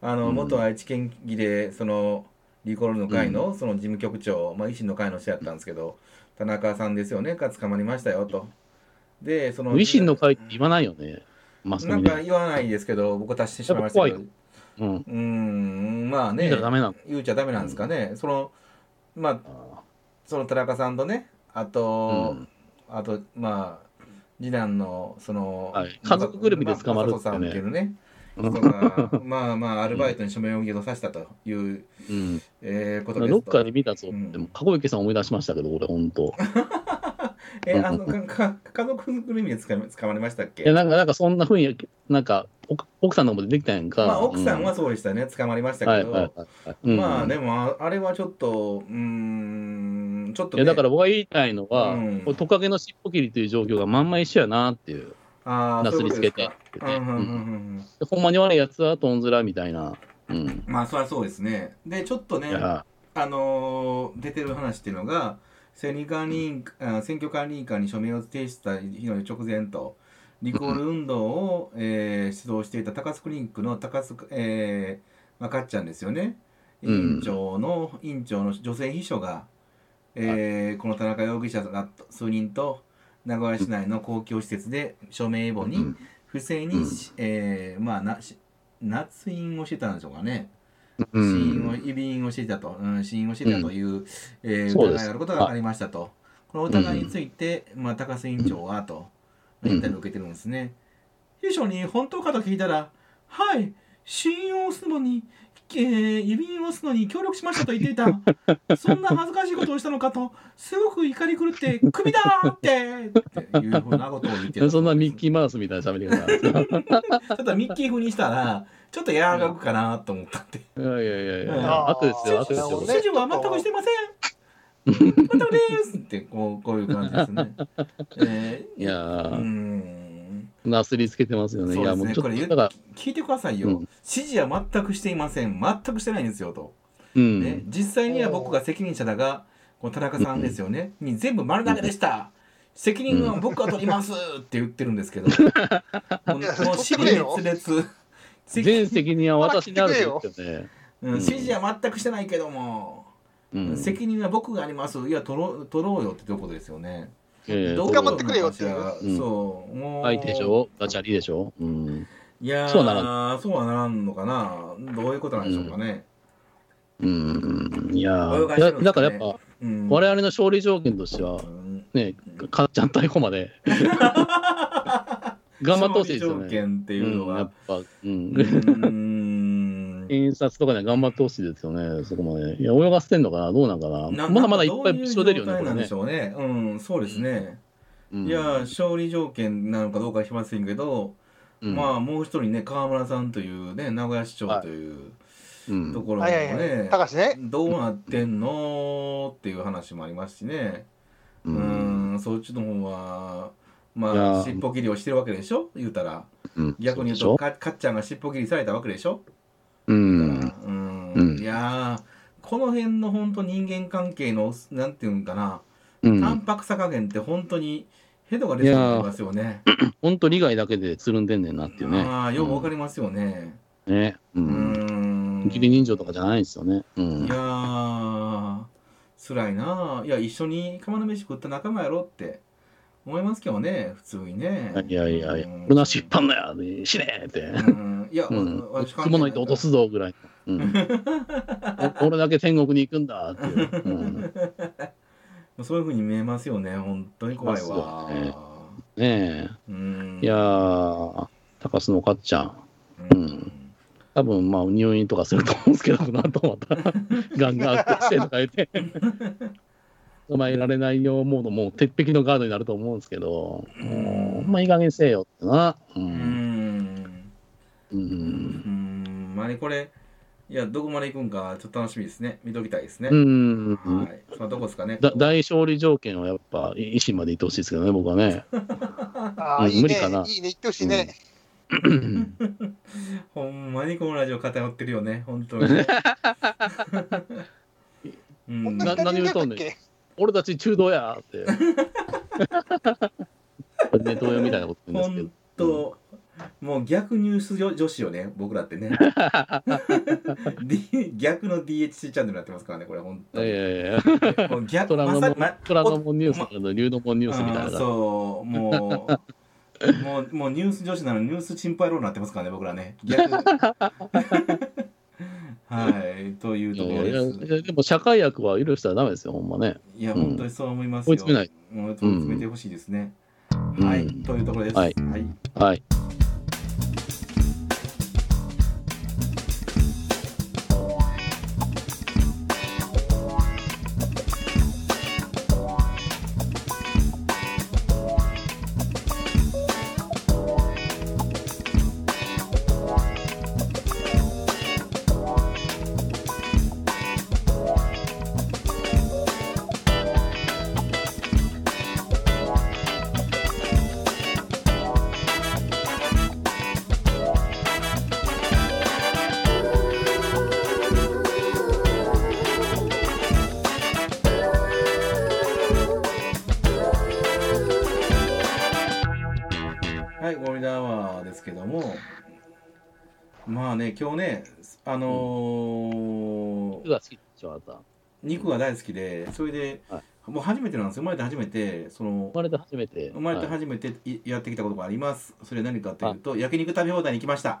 [SPEAKER 2] あの、
[SPEAKER 3] うん
[SPEAKER 2] 元愛知県議で、その、リコールの会の、その事務局長、まあ、維新の会の人やったんですけど、田中さんですよね、が捕まりましたよと。で、その、
[SPEAKER 3] 維新の会って言わないよね、マスコ
[SPEAKER 2] な
[SPEAKER 3] ミ
[SPEAKER 2] ん
[SPEAKER 3] で。
[SPEAKER 2] か言わないですけど、僕は達してしまいましたけ
[SPEAKER 3] や
[SPEAKER 2] ど、
[SPEAKER 3] っ
[SPEAKER 2] う
[SPEAKER 3] うん。
[SPEAKER 2] ーん、まあ
[SPEAKER 3] 見
[SPEAKER 2] ね
[SPEAKER 3] たら、ダメなの
[SPEAKER 2] 言うちゃダメなんですかね。その、まあ、
[SPEAKER 3] か
[SPEAKER 2] その田中さんとね、あと、
[SPEAKER 3] うん
[SPEAKER 2] あとまあ次男のその、
[SPEAKER 3] はい家族ぐるみで捕まるっ
[SPEAKER 2] ま
[SPEAKER 3] てね
[SPEAKER 2] さとさんっていうね
[SPEAKER 3] うん
[SPEAKER 2] 人がまあまあアルバイトに署名容疑を出させたという、
[SPEAKER 3] うん、
[SPEAKER 2] えー、ことです
[SPEAKER 3] どっ
[SPEAKER 2] と
[SPEAKER 3] かで見たぞ、
[SPEAKER 2] うん
[SPEAKER 3] でも、籠池さん思い出しましたけど、俺、本当。
[SPEAKER 2] えあのかか家族ぐるみで捕ま捕まりましたっけ
[SPEAKER 3] いや、なんか、なんかそんなふうに、なんか、奥奥さんの方も出てきたやんか。
[SPEAKER 2] まあ、奥さんは
[SPEAKER 3] う
[SPEAKER 2] そうでしたね捕まりました
[SPEAKER 3] んは
[SPEAKER 2] け
[SPEAKER 3] い
[SPEAKER 2] ど、
[SPEAKER 3] はいはいはい。うん
[SPEAKER 2] まあでもああれはちょっとうーんちょっと、
[SPEAKER 3] い
[SPEAKER 2] ね、
[SPEAKER 3] やだから僕が言いたいのは、
[SPEAKER 2] うん
[SPEAKER 3] これトカゲの尻尾切りという状況がまんま一緒やなっていう、
[SPEAKER 2] あー
[SPEAKER 3] な
[SPEAKER 2] そ
[SPEAKER 3] す
[SPEAKER 2] ういうこ
[SPEAKER 3] りつ
[SPEAKER 2] とで
[SPEAKER 3] け
[SPEAKER 2] す
[SPEAKER 3] て
[SPEAKER 2] か。うんうんうんうんうん
[SPEAKER 3] でほんまに悪いやつはトンズラみたいな、うん、
[SPEAKER 2] まあそりゃそうですねでちょっと
[SPEAKER 3] い
[SPEAKER 2] ね
[SPEAKER 3] や、
[SPEAKER 2] あのー出てる話っていうのが選挙管理委員あ選挙管理委員会に署名を提出した日の直前とリコール運動を、えー指導していた高須クリニックの高須、えーまあ、かっちゃんですよね委
[SPEAKER 3] うん
[SPEAKER 2] 員長の、委員長の女性秘書が、えーこの田中容疑者ら数人と名古屋市内の公共施設で署名簿に、
[SPEAKER 3] うん
[SPEAKER 2] 不正
[SPEAKER 3] う
[SPEAKER 2] に
[SPEAKER 3] ん
[SPEAKER 2] し、えーまあなし捺印をしてたんでしょうかね、
[SPEAKER 3] う
[SPEAKER 2] 死因を
[SPEAKER 3] ん、
[SPEAKER 2] 指印をしていたと、うん、死因をしていたという、えー
[SPEAKER 3] そうで
[SPEAKER 2] 疑い
[SPEAKER 3] す
[SPEAKER 2] があることが分かりましたと、この疑いについて、まあ、高須委員長はと、
[SPEAKER 3] うん
[SPEAKER 2] インタビューを受けてるんですね。秘書に本当かと聞いたら、はい、死因を押すのに、えー指印を押すのに協力しましたと言っていた、そんな恥ずかしいことをしたのかと、すごく怒り狂って、首だーってっていうふうなことを言ってた
[SPEAKER 3] そんなミッキーマウスみたいな喋り方
[SPEAKER 2] ちょっとミッキー風にしたら、ちょっと柔らかくかなと思った って。
[SPEAKER 3] いやいやいやい
[SPEAKER 2] うん
[SPEAKER 3] や、後ですよ、後です
[SPEAKER 1] そう
[SPEAKER 3] よ
[SPEAKER 1] ね
[SPEAKER 2] 指。示は全くしてません。全くですってこうこういう感じですね。えー、
[SPEAKER 3] いや
[SPEAKER 2] うー
[SPEAKER 3] ー、
[SPEAKER 2] ん
[SPEAKER 3] なすりつけてますよね。い
[SPEAKER 2] そう
[SPEAKER 3] や、
[SPEAKER 2] で
[SPEAKER 3] も
[SPEAKER 2] す
[SPEAKER 3] う
[SPEAKER 2] ね。
[SPEAKER 3] ちょ
[SPEAKER 2] こ
[SPEAKER 3] っ
[SPEAKER 2] れ言
[SPEAKER 3] と、
[SPEAKER 2] う
[SPEAKER 3] だから、
[SPEAKER 2] 聞いてくださいよ。
[SPEAKER 3] うん
[SPEAKER 2] 指示は全くしていません。全くしてないんですよと。
[SPEAKER 3] う
[SPEAKER 2] ね
[SPEAKER 3] ん、
[SPEAKER 2] 実際には僕が責任者だが、この田中さんですよね。に全部丸投げでした。責任は僕が取りますって言ってるんですけ ど、もうもう尻滅裂。
[SPEAKER 3] 全責任は私にあるって言ってね。
[SPEAKER 2] うん指示は全くしてないけども。
[SPEAKER 3] うん
[SPEAKER 2] 責任は僕がありますいや取ろう取ろうよってどういうことですよね、
[SPEAKER 3] ええ
[SPEAKER 2] どう
[SPEAKER 1] 頑張ってくれよっていう
[SPEAKER 3] うん
[SPEAKER 2] そうもう
[SPEAKER 3] 相手でしょ、ガチャリでしょ。うん。
[SPEAKER 2] いやー
[SPEAKER 3] そ
[SPEAKER 2] そうう
[SPEAKER 3] な
[SPEAKER 2] はならんのかなどういうことなんでしょうかね、
[SPEAKER 3] うん、いや
[SPEAKER 2] 泳が
[SPEAKER 3] ー、
[SPEAKER 2] して
[SPEAKER 3] だ
[SPEAKER 2] るんですかね
[SPEAKER 3] だからやっぱ、
[SPEAKER 2] うん
[SPEAKER 3] 我々の勝利条件としては
[SPEAKER 2] う、ん
[SPEAKER 3] ね、かっちゃん逮捕 まで頑張ってほしいですよ
[SPEAKER 2] 勝利条
[SPEAKER 3] ね。
[SPEAKER 2] 件って
[SPEAKER 3] う
[SPEAKER 2] いうの
[SPEAKER 3] ん、
[SPEAKER 2] が
[SPEAKER 3] やっぱ、うん
[SPEAKER 2] う。ん
[SPEAKER 3] 検察とかには頑張ってほしいですよね、そこまで。いや、泳がせてんのかな、どうなんかな。
[SPEAKER 2] な
[SPEAKER 3] まだまだいっぱ
[SPEAKER 2] どう
[SPEAKER 3] いう人出るよね、
[SPEAKER 2] 状態
[SPEAKER 3] これ
[SPEAKER 2] なんで
[SPEAKER 3] ね
[SPEAKER 2] し。ょうねうんそうですね、
[SPEAKER 3] うん
[SPEAKER 2] いやー勝利条件なのかどうかは知りませんけど、
[SPEAKER 3] うん
[SPEAKER 2] まあもう一人ね川村さんというね名古屋市長という、
[SPEAKER 3] うん
[SPEAKER 2] ところも
[SPEAKER 1] はいはいはい。
[SPEAKER 2] ね、
[SPEAKER 1] 高橋ね。
[SPEAKER 2] どうなってんのっていう話もありますしね、
[SPEAKER 3] う
[SPEAKER 2] うんん、そっちの方は、
[SPEAKER 3] いや
[SPEAKER 2] まあ、
[SPEAKER 3] ー
[SPEAKER 2] 尻尾切りをしてるわけでしょ、言うたら、
[SPEAKER 3] うん
[SPEAKER 2] 逆に言う
[SPEAKER 3] そ
[SPEAKER 2] と、
[SPEAKER 3] うでしょ
[SPEAKER 2] かかっちゃんが尻尾切りされたわけでしょ、
[SPEAKER 3] う。
[SPEAKER 2] うんん
[SPEAKER 3] うん
[SPEAKER 2] いやー、この辺の本当、人間関係の、なんていうんかな、
[SPEAKER 3] うん
[SPEAKER 2] 淡白さ加減って、本当に、ヘドが出てきますよね。
[SPEAKER 3] 本当利害だけでつるんでんねんなっていうね。
[SPEAKER 2] ああ、よくわか
[SPEAKER 3] る。
[SPEAKER 2] りますよね。
[SPEAKER 3] ね。う。
[SPEAKER 2] うんん
[SPEAKER 3] 義理人情とかじゃないんですよね。う
[SPEAKER 2] い
[SPEAKER 3] ん
[SPEAKER 2] や。ー、辛いなあ。いや、一緒に釜の飯食った仲間やろって思いますけどね、普通にね。
[SPEAKER 3] いやいやいや
[SPEAKER 2] うん、
[SPEAKER 3] 俺なし引っ張んなよ、死ねーって。
[SPEAKER 2] うんいや、
[SPEAKER 3] うん。
[SPEAKER 2] わ私関係ない
[SPEAKER 3] 蜘蛛の糸落とすぞぐらい。うん。お俺だけ天国に行くんだっていう。うん、ね
[SPEAKER 2] そういうふうに見えますよね、本当に怖いわ。
[SPEAKER 3] そうですねえ。
[SPEAKER 2] うん
[SPEAKER 3] いやー、高須のおかっちゃん。
[SPEAKER 2] う
[SPEAKER 3] うん多分まあ入院とかすると思うんですけど、この後ま たガンガン悪化してとか言って、捕まえられないようもうもう鉄壁のガードになると思うんですけど、もうほんまいい加減にせえよってな。う。
[SPEAKER 2] うんん
[SPEAKER 3] う。
[SPEAKER 2] うんんまあねこれ、いや、どこまで行くんか、ちょっと楽しみですね。見ときたいですね。
[SPEAKER 3] うん。
[SPEAKER 2] はい。まあ、どこですかね。
[SPEAKER 3] だ大勝利条件はやっぱ維新までいってほしいですけどね、僕はね。
[SPEAKER 1] あ
[SPEAKER 3] う
[SPEAKER 1] あ、
[SPEAKER 3] ん
[SPEAKER 1] いい
[SPEAKER 3] 無
[SPEAKER 1] ね
[SPEAKER 3] 理かな。
[SPEAKER 1] いいね。言ってほしいね。
[SPEAKER 2] ほんまにこのラジオ偏ってるよね、本当に ね。うん
[SPEAKER 1] こん
[SPEAKER 3] な
[SPEAKER 1] な二人いなかったっ
[SPEAKER 3] 何言
[SPEAKER 1] け
[SPEAKER 3] 俺たち中道やーって。これね、同様みたいなこと言うんです
[SPEAKER 2] 本当、もう逆ニュース女女子よね、僕らって ね。D- 逆の DHC チャンネルになってますからね、これ、本
[SPEAKER 3] け
[SPEAKER 2] 当
[SPEAKER 3] ど。い
[SPEAKER 2] に。
[SPEAKER 3] やいやいや、
[SPEAKER 2] もう逆
[SPEAKER 3] 虎ノ
[SPEAKER 2] ま
[SPEAKER 3] 門
[SPEAKER 2] さま
[SPEAKER 3] 虎ノ門ニュースとかの竜ノ門ニュースみたいな
[SPEAKER 2] あ
[SPEAKER 3] 感
[SPEAKER 2] ー
[SPEAKER 3] じ。
[SPEAKER 2] そう、もう、もう、 もうニュース女子なのにニュースチンパイローになってますからね、僕らね。逆。はい、というところ
[SPEAKER 3] いやい
[SPEAKER 2] です。
[SPEAKER 3] やでも社会悪は許したらダメですよ、ほんまね。
[SPEAKER 2] いや、
[SPEAKER 3] うん
[SPEAKER 2] 本当にそう思いますよ。
[SPEAKER 3] 追い詰め
[SPEAKER 2] もう
[SPEAKER 3] ない。
[SPEAKER 2] 追い詰めてほしいですね。
[SPEAKER 3] うん
[SPEAKER 2] はい、というところです。
[SPEAKER 3] はい
[SPEAKER 2] はい
[SPEAKER 3] はい。
[SPEAKER 2] はい、ゴールデンアワーですけども、まあね、今日ね、あのー
[SPEAKER 3] 僕が好きでしょ、あなた。
[SPEAKER 2] 肉が大好きで、それで、
[SPEAKER 3] は
[SPEAKER 2] もう初めてなんですよ、生まれて初めて、その
[SPEAKER 3] 生まれて初めて。
[SPEAKER 2] 生まれて
[SPEAKER 3] はい
[SPEAKER 2] 初めていやってきたことがあります。それは何かというと、焼肉食べ放題に行きました。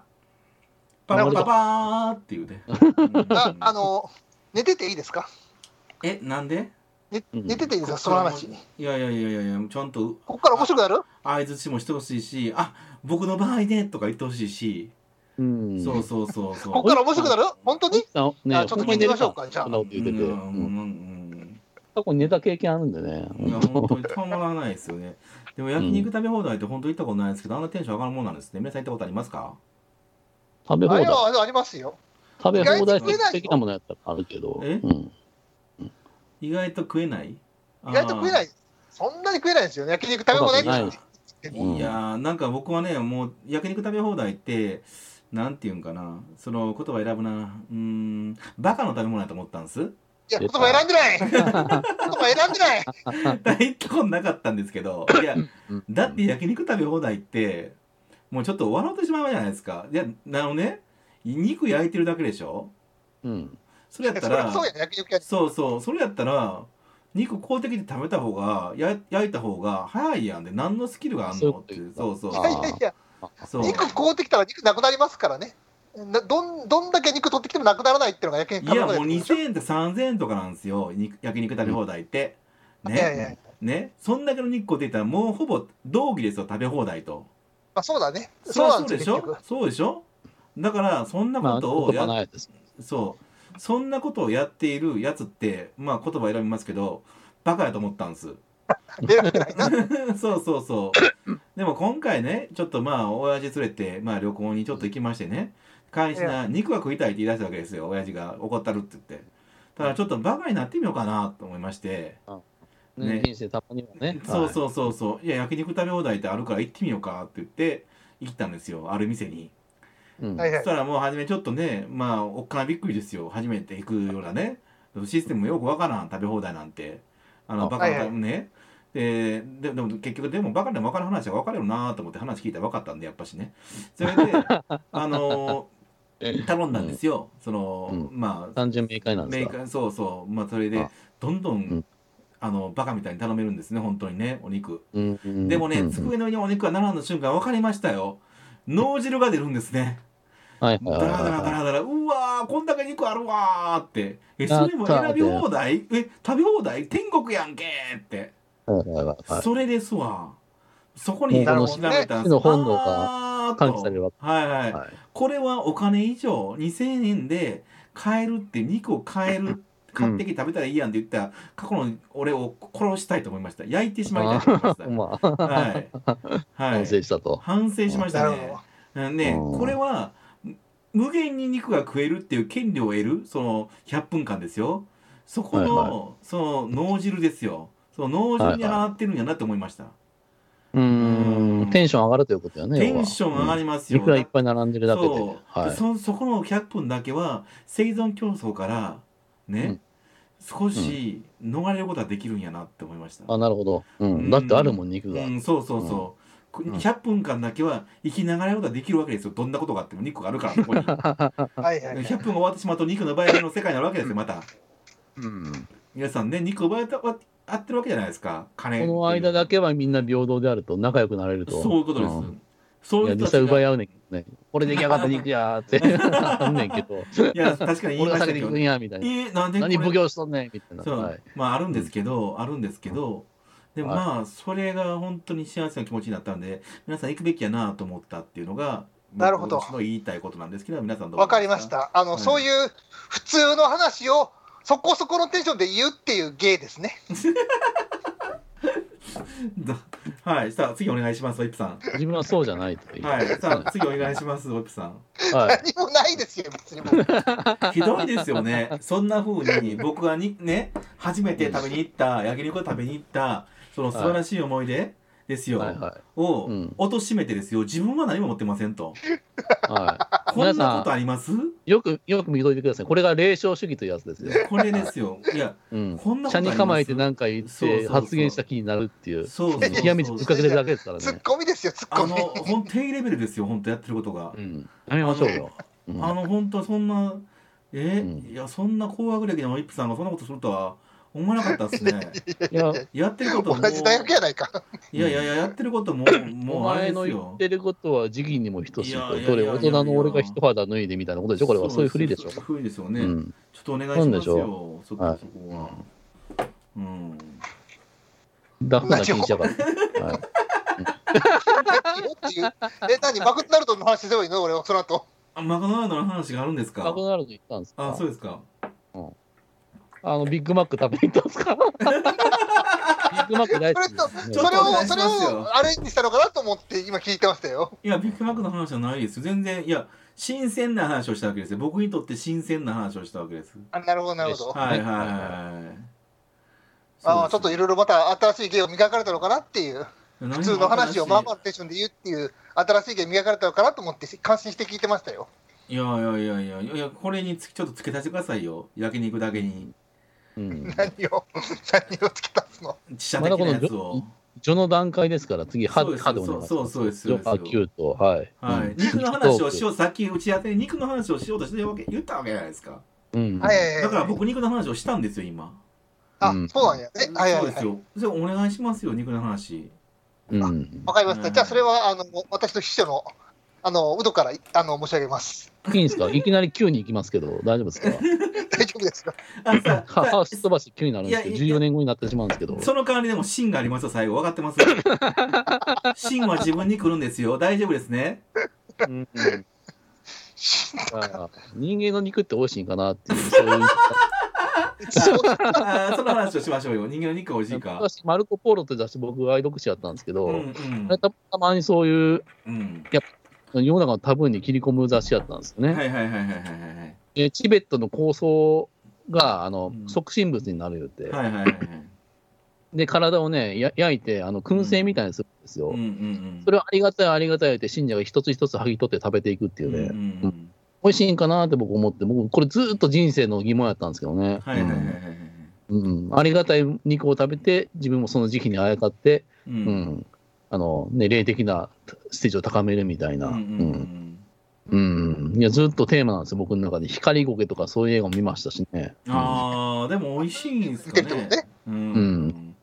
[SPEAKER 2] パ
[SPEAKER 1] なる
[SPEAKER 2] パ
[SPEAKER 1] ほ
[SPEAKER 2] パ
[SPEAKER 1] ど
[SPEAKER 2] パーっていうね。うん
[SPEAKER 4] あ、あの、寝てていいですか
[SPEAKER 2] え、なんで
[SPEAKER 4] 寝
[SPEAKER 3] うん
[SPEAKER 4] 寝てていいですか、その話。こ
[SPEAKER 2] いやいやいやいやいや、ちゃんと
[SPEAKER 4] こから面白くなる
[SPEAKER 2] 相槌もしてほしいし、あ僕の場合ねとか言ってほしいし、
[SPEAKER 3] うん。
[SPEAKER 2] そうそうそうそう。
[SPEAKER 4] ここから面白くなる本当に
[SPEAKER 3] あね
[SPEAKER 4] あちょっと聞いてみましょうかじゃあ
[SPEAKER 3] そんなこと言ってて、
[SPEAKER 2] うん
[SPEAKER 3] うん
[SPEAKER 2] うん
[SPEAKER 3] 過去に寝た経験あるんでね。
[SPEAKER 2] うん、いや本当にたまらないですよね。でも焼肉食べ放題って本当行ったことないですけど、あんなテンション上がるもんなんですね。皆さん行ったことありますか？
[SPEAKER 3] 食べ
[SPEAKER 4] あ
[SPEAKER 3] 放
[SPEAKER 4] れ
[SPEAKER 3] 題。
[SPEAKER 4] はありますよ。
[SPEAKER 3] 食べ放題
[SPEAKER 4] 意外と食えないよ
[SPEAKER 3] 的なものやったらあるけど。
[SPEAKER 2] え
[SPEAKER 3] うん。
[SPEAKER 2] 意外と食えない。
[SPEAKER 4] 意外と食えない。そんなに食えないですよね。焼肉食べ放題って言って
[SPEAKER 2] あ
[SPEAKER 4] て
[SPEAKER 2] ー
[SPEAKER 4] も。
[SPEAKER 2] いやーなんか僕はねもう焼肉食べ放題ってなんていうんかなその言葉選ぶなうーんバカの食べ物やと思ったんです。
[SPEAKER 4] いや、言葉選んでない。言葉選んでない。
[SPEAKER 2] 行ったことなかったんですけどいや
[SPEAKER 3] うん
[SPEAKER 2] だって焼肉食べ放題ってもうちょっと笑ってしまうじゃないですかいやあのね肉焼いてるだけでしょ
[SPEAKER 3] うん。
[SPEAKER 2] それやった
[SPEAKER 4] そり
[SPEAKER 2] ら
[SPEAKER 4] ゃそうやね、焼肉やね
[SPEAKER 2] そうそうそれやったら肉公的に食べた方がや焼いた方が早いやんで何のスキルがあんのっていう
[SPEAKER 3] そ
[SPEAKER 2] そう
[SPEAKER 3] いう
[SPEAKER 2] そう
[SPEAKER 4] い
[SPEAKER 3] あ
[SPEAKER 4] や
[SPEAKER 3] ー
[SPEAKER 4] いやいや、
[SPEAKER 2] そう
[SPEAKER 4] 肉買うてきたら肉なくなりますからね。などんどんだけ肉取ってきてもなくならないっていうのが焼肉
[SPEAKER 2] い
[SPEAKER 4] 食べ
[SPEAKER 2] や
[SPEAKER 4] 放題
[SPEAKER 2] もう2000円と3000円とかなんですよ肉焼肉食べ放題って、ね
[SPEAKER 4] いやいやいや
[SPEAKER 2] ねそんだけの日光出たらもうほぼ同義ですよ食べ放題と
[SPEAKER 4] まあそうだね。
[SPEAKER 2] そ
[SPEAKER 4] そう
[SPEAKER 2] りゃそ
[SPEAKER 4] なん
[SPEAKER 2] う
[SPEAKER 4] です
[SPEAKER 2] でし
[SPEAKER 4] よ、結
[SPEAKER 2] ょ
[SPEAKER 4] 局。
[SPEAKER 2] そうでしょだからそんな
[SPEAKER 3] ま
[SPEAKER 2] こ
[SPEAKER 3] あ、
[SPEAKER 2] と
[SPEAKER 3] 言
[SPEAKER 2] を
[SPEAKER 3] 葉
[SPEAKER 2] や、
[SPEAKER 3] ないです。
[SPEAKER 2] そうそんなことをやっているやつってまあ言葉選びますけどバカやと思ったんです
[SPEAKER 4] 選んでないな。
[SPEAKER 2] そうそうそうでも今回ねちょっとまあ親父連れて、まあ、旅行にちょっと行きましてね会社な肉は食いたいって言い出したわけですよ親父が怒ったるって言ってただちょっとバカになってみようかなと思いましてね
[SPEAKER 3] ね、人生たまにはね。
[SPEAKER 2] そう
[SPEAKER 3] う。
[SPEAKER 2] そうそうそういや焼肉食べ放題ってあるから行ってみようかって言って行ったんですよある店に
[SPEAKER 3] うん
[SPEAKER 4] はい
[SPEAKER 2] そし
[SPEAKER 4] はい。
[SPEAKER 2] たらもう初めちょっとねまあおっかなびっくりですよ初めて行くようなねシステムよくわからん食べ放題なんてあの
[SPEAKER 3] あ
[SPEAKER 2] バカな、
[SPEAKER 4] はいはい
[SPEAKER 2] ねでででも結局でもバカでも分かる話は分かるよなと思って話聞いたら分かったんでやっぱしねそれで あの頼んだんですよ、その、まあ
[SPEAKER 3] 単純明快なんで
[SPEAKER 2] メ
[SPEAKER 3] す
[SPEAKER 2] ー
[SPEAKER 3] か。
[SPEAKER 2] カーそうそうまあそれで
[SPEAKER 3] あ
[SPEAKER 2] どんどん、
[SPEAKER 3] ん
[SPEAKER 2] あのバカみたいに頼めるんですね本当にねお肉
[SPEAKER 3] うんうん
[SPEAKER 2] でもね、
[SPEAKER 3] うん
[SPEAKER 2] 机の上にお肉が並んだ瞬間分かりましたよ脳汁が出るんですね
[SPEAKER 3] はい
[SPEAKER 2] ダ
[SPEAKER 3] は
[SPEAKER 2] ラ
[SPEAKER 3] いはい
[SPEAKER 2] ダラダ
[SPEAKER 3] は
[SPEAKER 2] ラダラうわーこんだけ肉あるわーってえそれも選び放題え食べ放題天国やんけーって
[SPEAKER 3] い。はいはいはいはい。
[SPEAKER 2] それですわそこに
[SPEAKER 4] なる
[SPEAKER 2] 調
[SPEAKER 4] ほ
[SPEAKER 2] べ
[SPEAKER 4] どね
[SPEAKER 2] たん
[SPEAKER 3] 死
[SPEAKER 2] です
[SPEAKER 3] の本能が
[SPEAKER 2] あーっと
[SPEAKER 3] 喚起されるわ
[SPEAKER 2] はいはい、
[SPEAKER 3] はい
[SPEAKER 2] これはお金以上2000円で買えるって肉を買える買ってきて食べたらいいやんって言ったら過去の俺を殺したいと思いました焼いてしまいたいと思いま した
[SPEAKER 3] まあ、
[SPEAKER 2] はいは
[SPEAKER 3] 反
[SPEAKER 2] い
[SPEAKER 3] 省したと。
[SPEAKER 2] 反省しまし
[SPEAKER 4] な
[SPEAKER 2] た
[SPEAKER 4] る
[SPEAKER 2] ね
[SPEAKER 4] ほ
[SPEAKER 2] ね
[SPEAKER 3] うん
[SPEAKER 2] これはむ無限に肉が食えるっていう権利を得るその100分間ですよそこの、
[SPEAKER 3] はい
[SPEAKER 2] その脳汁ですよその脳汁に
[SPEAKER 3] はいは
[SPEAKER 2] 払ってるんやなって思いました、
[SPEAKER 3] うーん。テンション上がるということだよね。
[SPEAKER 2] テンション上が
[SPEAKER 3] り
[SPEAKER 2] ります
[SPEAKER 3] い
[SPEAKER 2] よ、
[SPEAKER 3] くらいっぱい並んでるだけで。
[SPEAKER 2] そう、
[SPEAKER 3] はい。
[SPEAKER 2] そそこの100分だけは生存競争からね、少し逃れることができるんやなって思いました、
[SPEAKER 3] あ、なるほど。う
[SPEAKER 2] うん
[SPEAKER 3] ん。だってあるもん、肉が
[SPEAKER 2] う。ん、そうそうそう、
[SPEAKER 3] うん
[SPEAKER 2] 100分間だけは生きながらることができるわけですよどんなことがあっても肉があるからこ こに
[SPEAKER 4] ど。はいはいはい。
[SPEAKER 2] 100分が終わってしまうと肉の奪い合いの世界になるわけ ですよまた
[SPEAKER 3] うん
[SPEAKER 2] 皆さんね肉奪い合ってるわけじゃないですか金
[SPEAKER 3] この間だけはみんな平等であると、仲良くなれると。
[SPEAKER 2] そういうことです、
[SPEAKER 3] んい
[SPEAKER 2] そうい
[SPEAKER 3] や
[SPEAKER 2] う
[SPEAKER 3] 実
[SPEAKER 2] 人たち
[SPEAKER 3] 際奪
[SPEAKER 2] が
[SPEAKER 3] い合うねんけどね俺出来上がった肉やー ってあんねんけど
[SPEAKER 2] いや確かに言い
[SPEAKER 3] 俺
[SPEAKER 2] まし
[SPEAKER 3] が
[SPEAKER 2] た
[SPEAKER 3] 先
[SPEAKER 2] け
[SPEAKER 3] に行
[SPEAKER 2] ど
[SPEAKER 3] くんやみたいな
[SPEAKER 2] えーなんでこれ
[SPEAKER 3] 何奉行しとんねんみたいな
[SPEAKER 2] そう、
[SPEAKER 3] はい
[SPEAKER 2] まああるんですけど、あるんですけどでもまあそれが本当に幸せな気持ちになったんで皆さん行くべきやなと思ったっていうのが
[SPEAKER 4] なるほど
[SPEAKER 2] 僕の言いたいことなんですけど皆さんどう
[SPEAKER 4] わかりま
[SPEAKER 2] で
[SPEAKER 4] し
[SPEAKER 2] すか
[SPEAKER 4] た。あの、
[SPEAKER 2] はい
[SPEAKER 4] そういう普通の話をそこそこのテンションで言うっていう芸ですね。
[SPEAKER 2] ど はいさあ次お願いしますオイプさん
[SPEAKER 3] 自分はそうじゃないという
[SPEAKER 2] はいさあ次お願いしますオイプさん
[SPEAKER 3] はい
[SPEAKER 4] 何もないですよ、別に もう。
[SPEAKER 2] ひどいですよね。そんな風に僕がにね初めて食べに行った焼肉を食べに行ったその素晴らしい思い出ですよ、
[SPEAKER 3] はいは
[SPEAKER 2] を
[SPEAKER 3] うん
[SPEAKER 2] 貶としめてですよ自分は何も持ってませんと
[SPEAKER 3] いは
[SPEAKER 2] こんなことあります
[SPEAKER 3] いよくよく見といてくださいこれが霊障主義というやつですよ
[SPEAKER 2] これですよいや
[SPEAKER 3] うん
[SPEAKER 2] こんなことあ
[SPEAKER 3] 車
[SPEAKER 2] り
[SPEAKER 3] に
[SPEAKER 2] ます
[SPEAKER 3] 構えて何か言っ
[SPEAKER 2] そうそうそう
[SPEAKER 3] て発言した気になるっていう
[SPEAKER 2] そうそうそう
[SPEAKER 3] 冷や水ぶっかけてるだけですから
[SPEAKER 4] ツッ
[SPEAKER 3] ね
[SPEAKER 4] コミですよ、ツッ
[SPEAKER 2] あ
[SPEAKER 4] コ
[SPEAKER 2] の
[SPEAKER 4] ミ。
[SPEAKER 2] ほん低レベルですよ本当やってることが
[SPEAKER 3] う、んやめましょうようん
[SPEAKER 2] あの本当そんなえ、
[SPEAKER 3] うん
[SPEAKER 2] いやそんな高学歴のオイップさんがそんなことするとは思わなかったですね
[SPEAKER 3] いや
[SPEAKER 2] やってること
[SPEAKER 4] 同
[SPEAKER 2] も
[SPEAKER 4] じ大学やないか。
[SPEAKER 2] いやいやいややってること も
[SPEAKER 3] お
[SPEAKER 2] もうあれ
[SPEAKER 3] 前
[SPEAKER 2] で
[SPEAKER 3] の
[SPEAKER 2] す
[SPEAKER 3] 言
[SPEAKER 2] よ
[SPEAKER 3] ってることは時期にも等しい
[SPEAKER 2] いやいや
[SPEAKER 3] と
[SPEAKER 2] いや
[SPEAKER 3] どれ大人の俺が一肌脱いでみたいなことでしょこれはそういうふりでし
[SPEAKER 2] そ
[SPEAKER 3] ょ
[SPEAKER 2] うそうそういうふりですよ
[SPEAKER 3] う
[SPEAKER 2] ね、
[SPEAKER 3] ん
[SPEAKER 2] ちょっとお願いし
[SPEAKER 3] なん
[SPEAKER 2] ま
[SPEAKER 3] ですし
[SPEAKER 2] よ
[SPEAKER 3] ょ
[SPEAKER 2] そ
[SPEAKER 3] は
[SPEAKER 2] こ
[SPEAKER 3] い
[SPEAKER 2] そこは、うん
[SPEAKER 3] ダフな気にしやがって はい
[SPEAKER 4] っていうえ、何、マクドナルドの話すればいいの俺、その後。
[SPEAKER 2] あマクドナルドの話があるんです
[SPEAKER 3] マ
[SPEAKER 2] か
[SPEAKER 3] クドナルド行ったんです
[SPEAKER 2] あ
[SPEAKER 3] か
[SPEAKER 2] そうですか
[SPEAKER 3] あのビッグマック食べに行ったんです かビッグマック大好きです
[SPEAKER 4] そ
[SPEAKER 2] ょっ
[SPEAKER 3] ね
[SPEAKER 4] れを
[SPEAKER 2] お願い、し
[SPEAKER 4] そ
[SPEAKER 2] ます
[SPEAKER 4] れ
[SPEAKER 2] よ
[SPEAKER 4] をアレンジしたのかなと思って、今聞いてましたよ。
[SPEAKER 2] いやビッグマックの話じゃないですよ全然いや新鮮な話をしたわけですよ僕にとって新鮮な話をしたわけです
[SPEAKER 4] あなるほど、なるほど。
[SPEAKER 2] はいはいはいはい
[SPEAKER 4] あちょっといろいろまた新しい芸を磨かれたのかなっていう、
[SPEAKER 2] 普
[SPEAKER 4] 普通の話をまあまあ
[SPEAKER 2] あ
[SPEAKER 4] のテンションで言うっていう、新しい芸磨かれたのかなと思って、感心して聞いてましたよ。
[SPEAKER 2] いやいやいやいやいやいやこれにつきちょっと付け足してくださいよ焼肉だけに
[SPEAKER 3] うん
[SPEAKER 4] 何を、何をつけたすの。
[SPEAKER 2] 自社的なやつを、
[SPEAKER 3] 序の段階ですから次歯
[SPEAKER 2] そうです
[SPEAKER 3] 歯でお願いします
[SPEAKER 2] そうそうですそうです
[SPEAKER 3] 歯9とはい、
[SPEAKER 2] はい
[SPEAKER 3] うん
[SPEAKER 2] 肉の話をしようさっき打ち当てに肉の話をしようとしてるわけ言ったわけじゃないですか
[SPEAKER 3] うん
[SPEAKER 4] はいはいはい
[SPEAKER 2] だから僕肉の話をしたんですよ今
[SPEAKER 4] あ、
[SPEAKER 3] うん
[SPEAKER 4] そうなんや。え、はいは
[SPEAKER 2] そう
[SPEAKER 4] い
[SPEAKER 2] で
[SPEAKER 4] は
[SPEAKER 2] す
[SPEAKER 4] い。
[SPEAKER 2] よそれお願いしますよ肉の話
[SPEAKER 3] うん
[SPEAKER 4] わかりまし
[SPEAKER 2] う
[SPEAKER 4] た。
[SPEAKER 2] ん
[SPEAKER 4] じゃあ、それは、あの、私の秘書の、あの、ウドから、あの、申し上げます。
[SPEAKER 3] いいんですかいきなり9に行きますけど大丈夫です か
[SPEAKER 4] 大丈夫ですか。
[SPEAKER 2] あ さ
[SPEAKER 3] 歯
[SPEAKER 2] さ
[SPEAKER 3] 歯すっ飛ばし9になるんですけど
[SPEAKER 2] いやいや
[SPEAKER 3] 14年後になってしまうんですけど
[SPEAKER 2] その代わりでも芯がありますよ最後分かってます 芯は自分に来るんですよ大丈夫ですね
[SPEAKER 3] うんうんあー人間の肉って美味しいんかなっていうそういう
[SPEAKER 2] あーその話をしましょうよ人間の肉が美味しいか
[SPEAKER 3] 昔マルコ・ポーロって雑誌僕愛読誌やったんですけど、
[SPEAKER 2] うんうん
[SPEAKER 3] あれたたまにそういう
[SPEAKER 2] うん
[SPEAKER 3] 世の中のタブーに切り込む雑誌やったんですよね、
[SPEAKER 2] はいはいはいはいはいはい
[SPEAKER 3] でチベットの構想があの、
[SPEAKER 2] うん
[SPEAKER 3] 促進物になるよって、
[SPEAKER 2] はいはいはいはい
[SPEAKER 3] で体をねや焼いてあの燻製みたいにするんですよ、
[SPEAKER 2] うんうんうん
[SPEAKER 3] それをありがたいありがたいって信者が一つ一つ剥ぎ取って食べていくっていうね、
[SPEAKER 2] うんうんうん
[SPEAKER 3] 美味しいんかなって僕思って僕これずっと人生の疑問やったんですけどね、
[SPEAKER 2] はいはいはいはいはい
[SPEAKER 3] うんうんありがたい肉を食べて自分もその時期にあやかって、
[SPEAKER 2] う
[SPEAKER 3] うんんあのね、霊的なステージを高めるみたいな、
[SPEAKER 2] うんうん
[SPEAKER 3] うんいやずっとテーマなんですよ、僕の中で。光ゴケとかそういう映画も見ましたしね。
[SPEAKER 2] あーでも美味しいんすか
[SPEAKER 4] 見てる
[SPEAKER 2] ね
[SPEAKER 4] とね
[SPEAKER 2] うん
[SPEAKER 3] う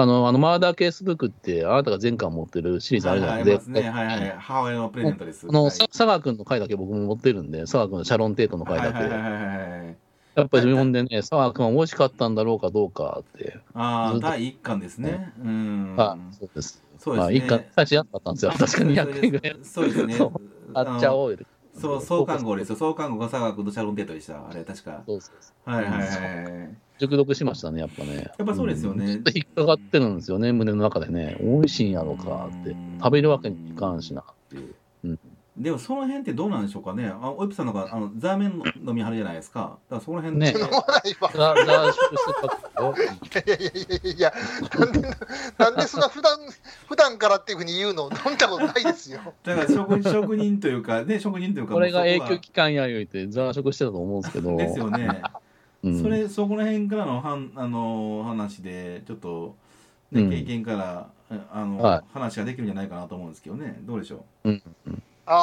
[SPEAKER 3] あの、あのマーダーケースブックって、あなたが前回持ってるシリーズあ
[SPEAKER 2] は
[SPEAKER 3] る
[SPEAKER 2] い
[SPEAKER 3] じゃ
[SPEAKER 2] は
[SPEAKER 3] ない
[SPEAKER 2] あり
[SPEAKER 3] いで
[SPEAKER 2] ますす
[SPEAKER 3] か。
[SPEAKER 2] ねはいはいはい母親のプレゼントです
[SPEAKER 3] あの、
[SPEAKER 2] はい
[SPEAKER 3] さ佐賀君の回だけ僕も持ってるんで、佐賀君のシャロンテートの回だけ。
[SPEAKER 2] はいはいはいはいはいはい
[SPEAKER 3] やっぱり読んでね、佐賀君は美味しかったんだろうかどうかって。
[SPEAKER 2] ああ
[SPEAKER 3] ずっと
[SPEAKER 2] 第一巻ですねうん
[SPEAKER 3] はい、そうです。
[SPEAKER 2] そう
[SPEAKER 3] まあ、
[SPEAKER 2] で
[SPEAKER 3] 一
[SPEAKER 2] す
[SPEAKER 3] 巻
[SPEAKER 2] ね、
[SPEAKER 3] 最初安かったんですよ。確か200円ぐらい。
[SPEAKER 2] そうですね
[SPEAKER 3] そう
[SPEAKER 2] あ
[SPEAKER 3] 買
[SPEAKER 2] の
[SPEAKER 3] っちゃおうよ。
[SPEAKER 2] そう創刊号ですよ創刊号が佐賀君とシャロンテートでしたあれ確か
[SPEAKER 3] そうそうそう
[SPEAKER 2] はいはいはいはい
[SPEAKER 3] 熟読しましたね、やっぱね。や
[SPEAKER 2] っぱそうですよね
[SPEAKER 3] ちょっと引っかかってるんですよね、胸の中でね。美味しいんやろうかって
[SPEAKER 2] うん。
[SPEAKER 3] 食べるわけにいかんしなっていう。
[SPEAKER 2] でもその辺ってどうなんでしょうかねあオイプさんのがあのザーメン飲みはるじゃないですかだからその辺
[SPEAKER 3] ね
[SPEAKER 2] で
[SPEAKER 3] え
[SPEAKER 4] 飲まないわ。
[SPEAKER 3] ザ・ザ・シュプ スパック
[SPEAKER 4] いやいやいやいや、なんで、なんでそんな普段、普段からっていうふうに言うの、飲んだことないですよ。
[SPEAKER 2] だから職職人というかね職人というか
[SPEAKER 3] これが
[SPEAKER 2] もう
[SPEAKER 3] 永
[SPEAKER 2] そこは
[SPEAKER 3] 久期間や言うて、ザ・食してたと思うんですけど。
[SPEAKER 2] ですよね
[SPEAKER 3] うん
[SPEAKER 2] それそこら辺からのはんあのー話でちょっと、ね
[SPEAKER 3] うん
[SPEAKER 2] 経験からああの、
[SPEAKER 3] はい
[SPEAKER 2] 話ができるんじゃないかなと思うんですけどねどうでしょ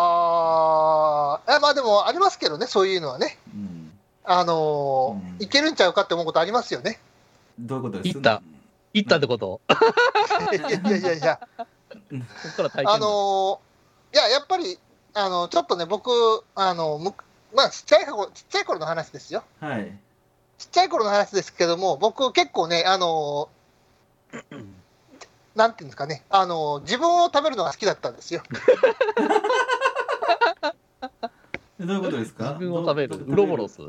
[SPEAKER 4] ああ、え、まあでもありますけどね、そういうのはね。
[SPEAKER 2] う、うん、
[SPEAKER 4] あのー
[SPEAKER 2] うん
[SPEAKER 4] いけるんちゃうかって思うことあります よね。
[SPEAKER 2] どういうことです
[SPEAKER 3] 行った行ったってことこ
[SPEAKER 4] いやいやいやい
[SPEAKER 3] っ
[SPEAKER 4] や、
[SPEAKER 3] から体験
[SPEAKER 4] あのいや、やっぱり、あの、ちょっとね、僕、あの、むまあ、ちっちゃい頃、ちっちゃい頃の話ですよ。
[SPEAKER 2] はい。
[SPEAKER 4] ちっちゃい頃の話ですけども、僕結構ね、あの、 なんていうんですかね、あの、自分を食べるのが好きだったんですよ。
[SPEAKER 2] どういうことですか
[SPEAKER 3] 自分を食べる。
[SPEAKER 2] ど
[SPEAKER 3] ウロボロス。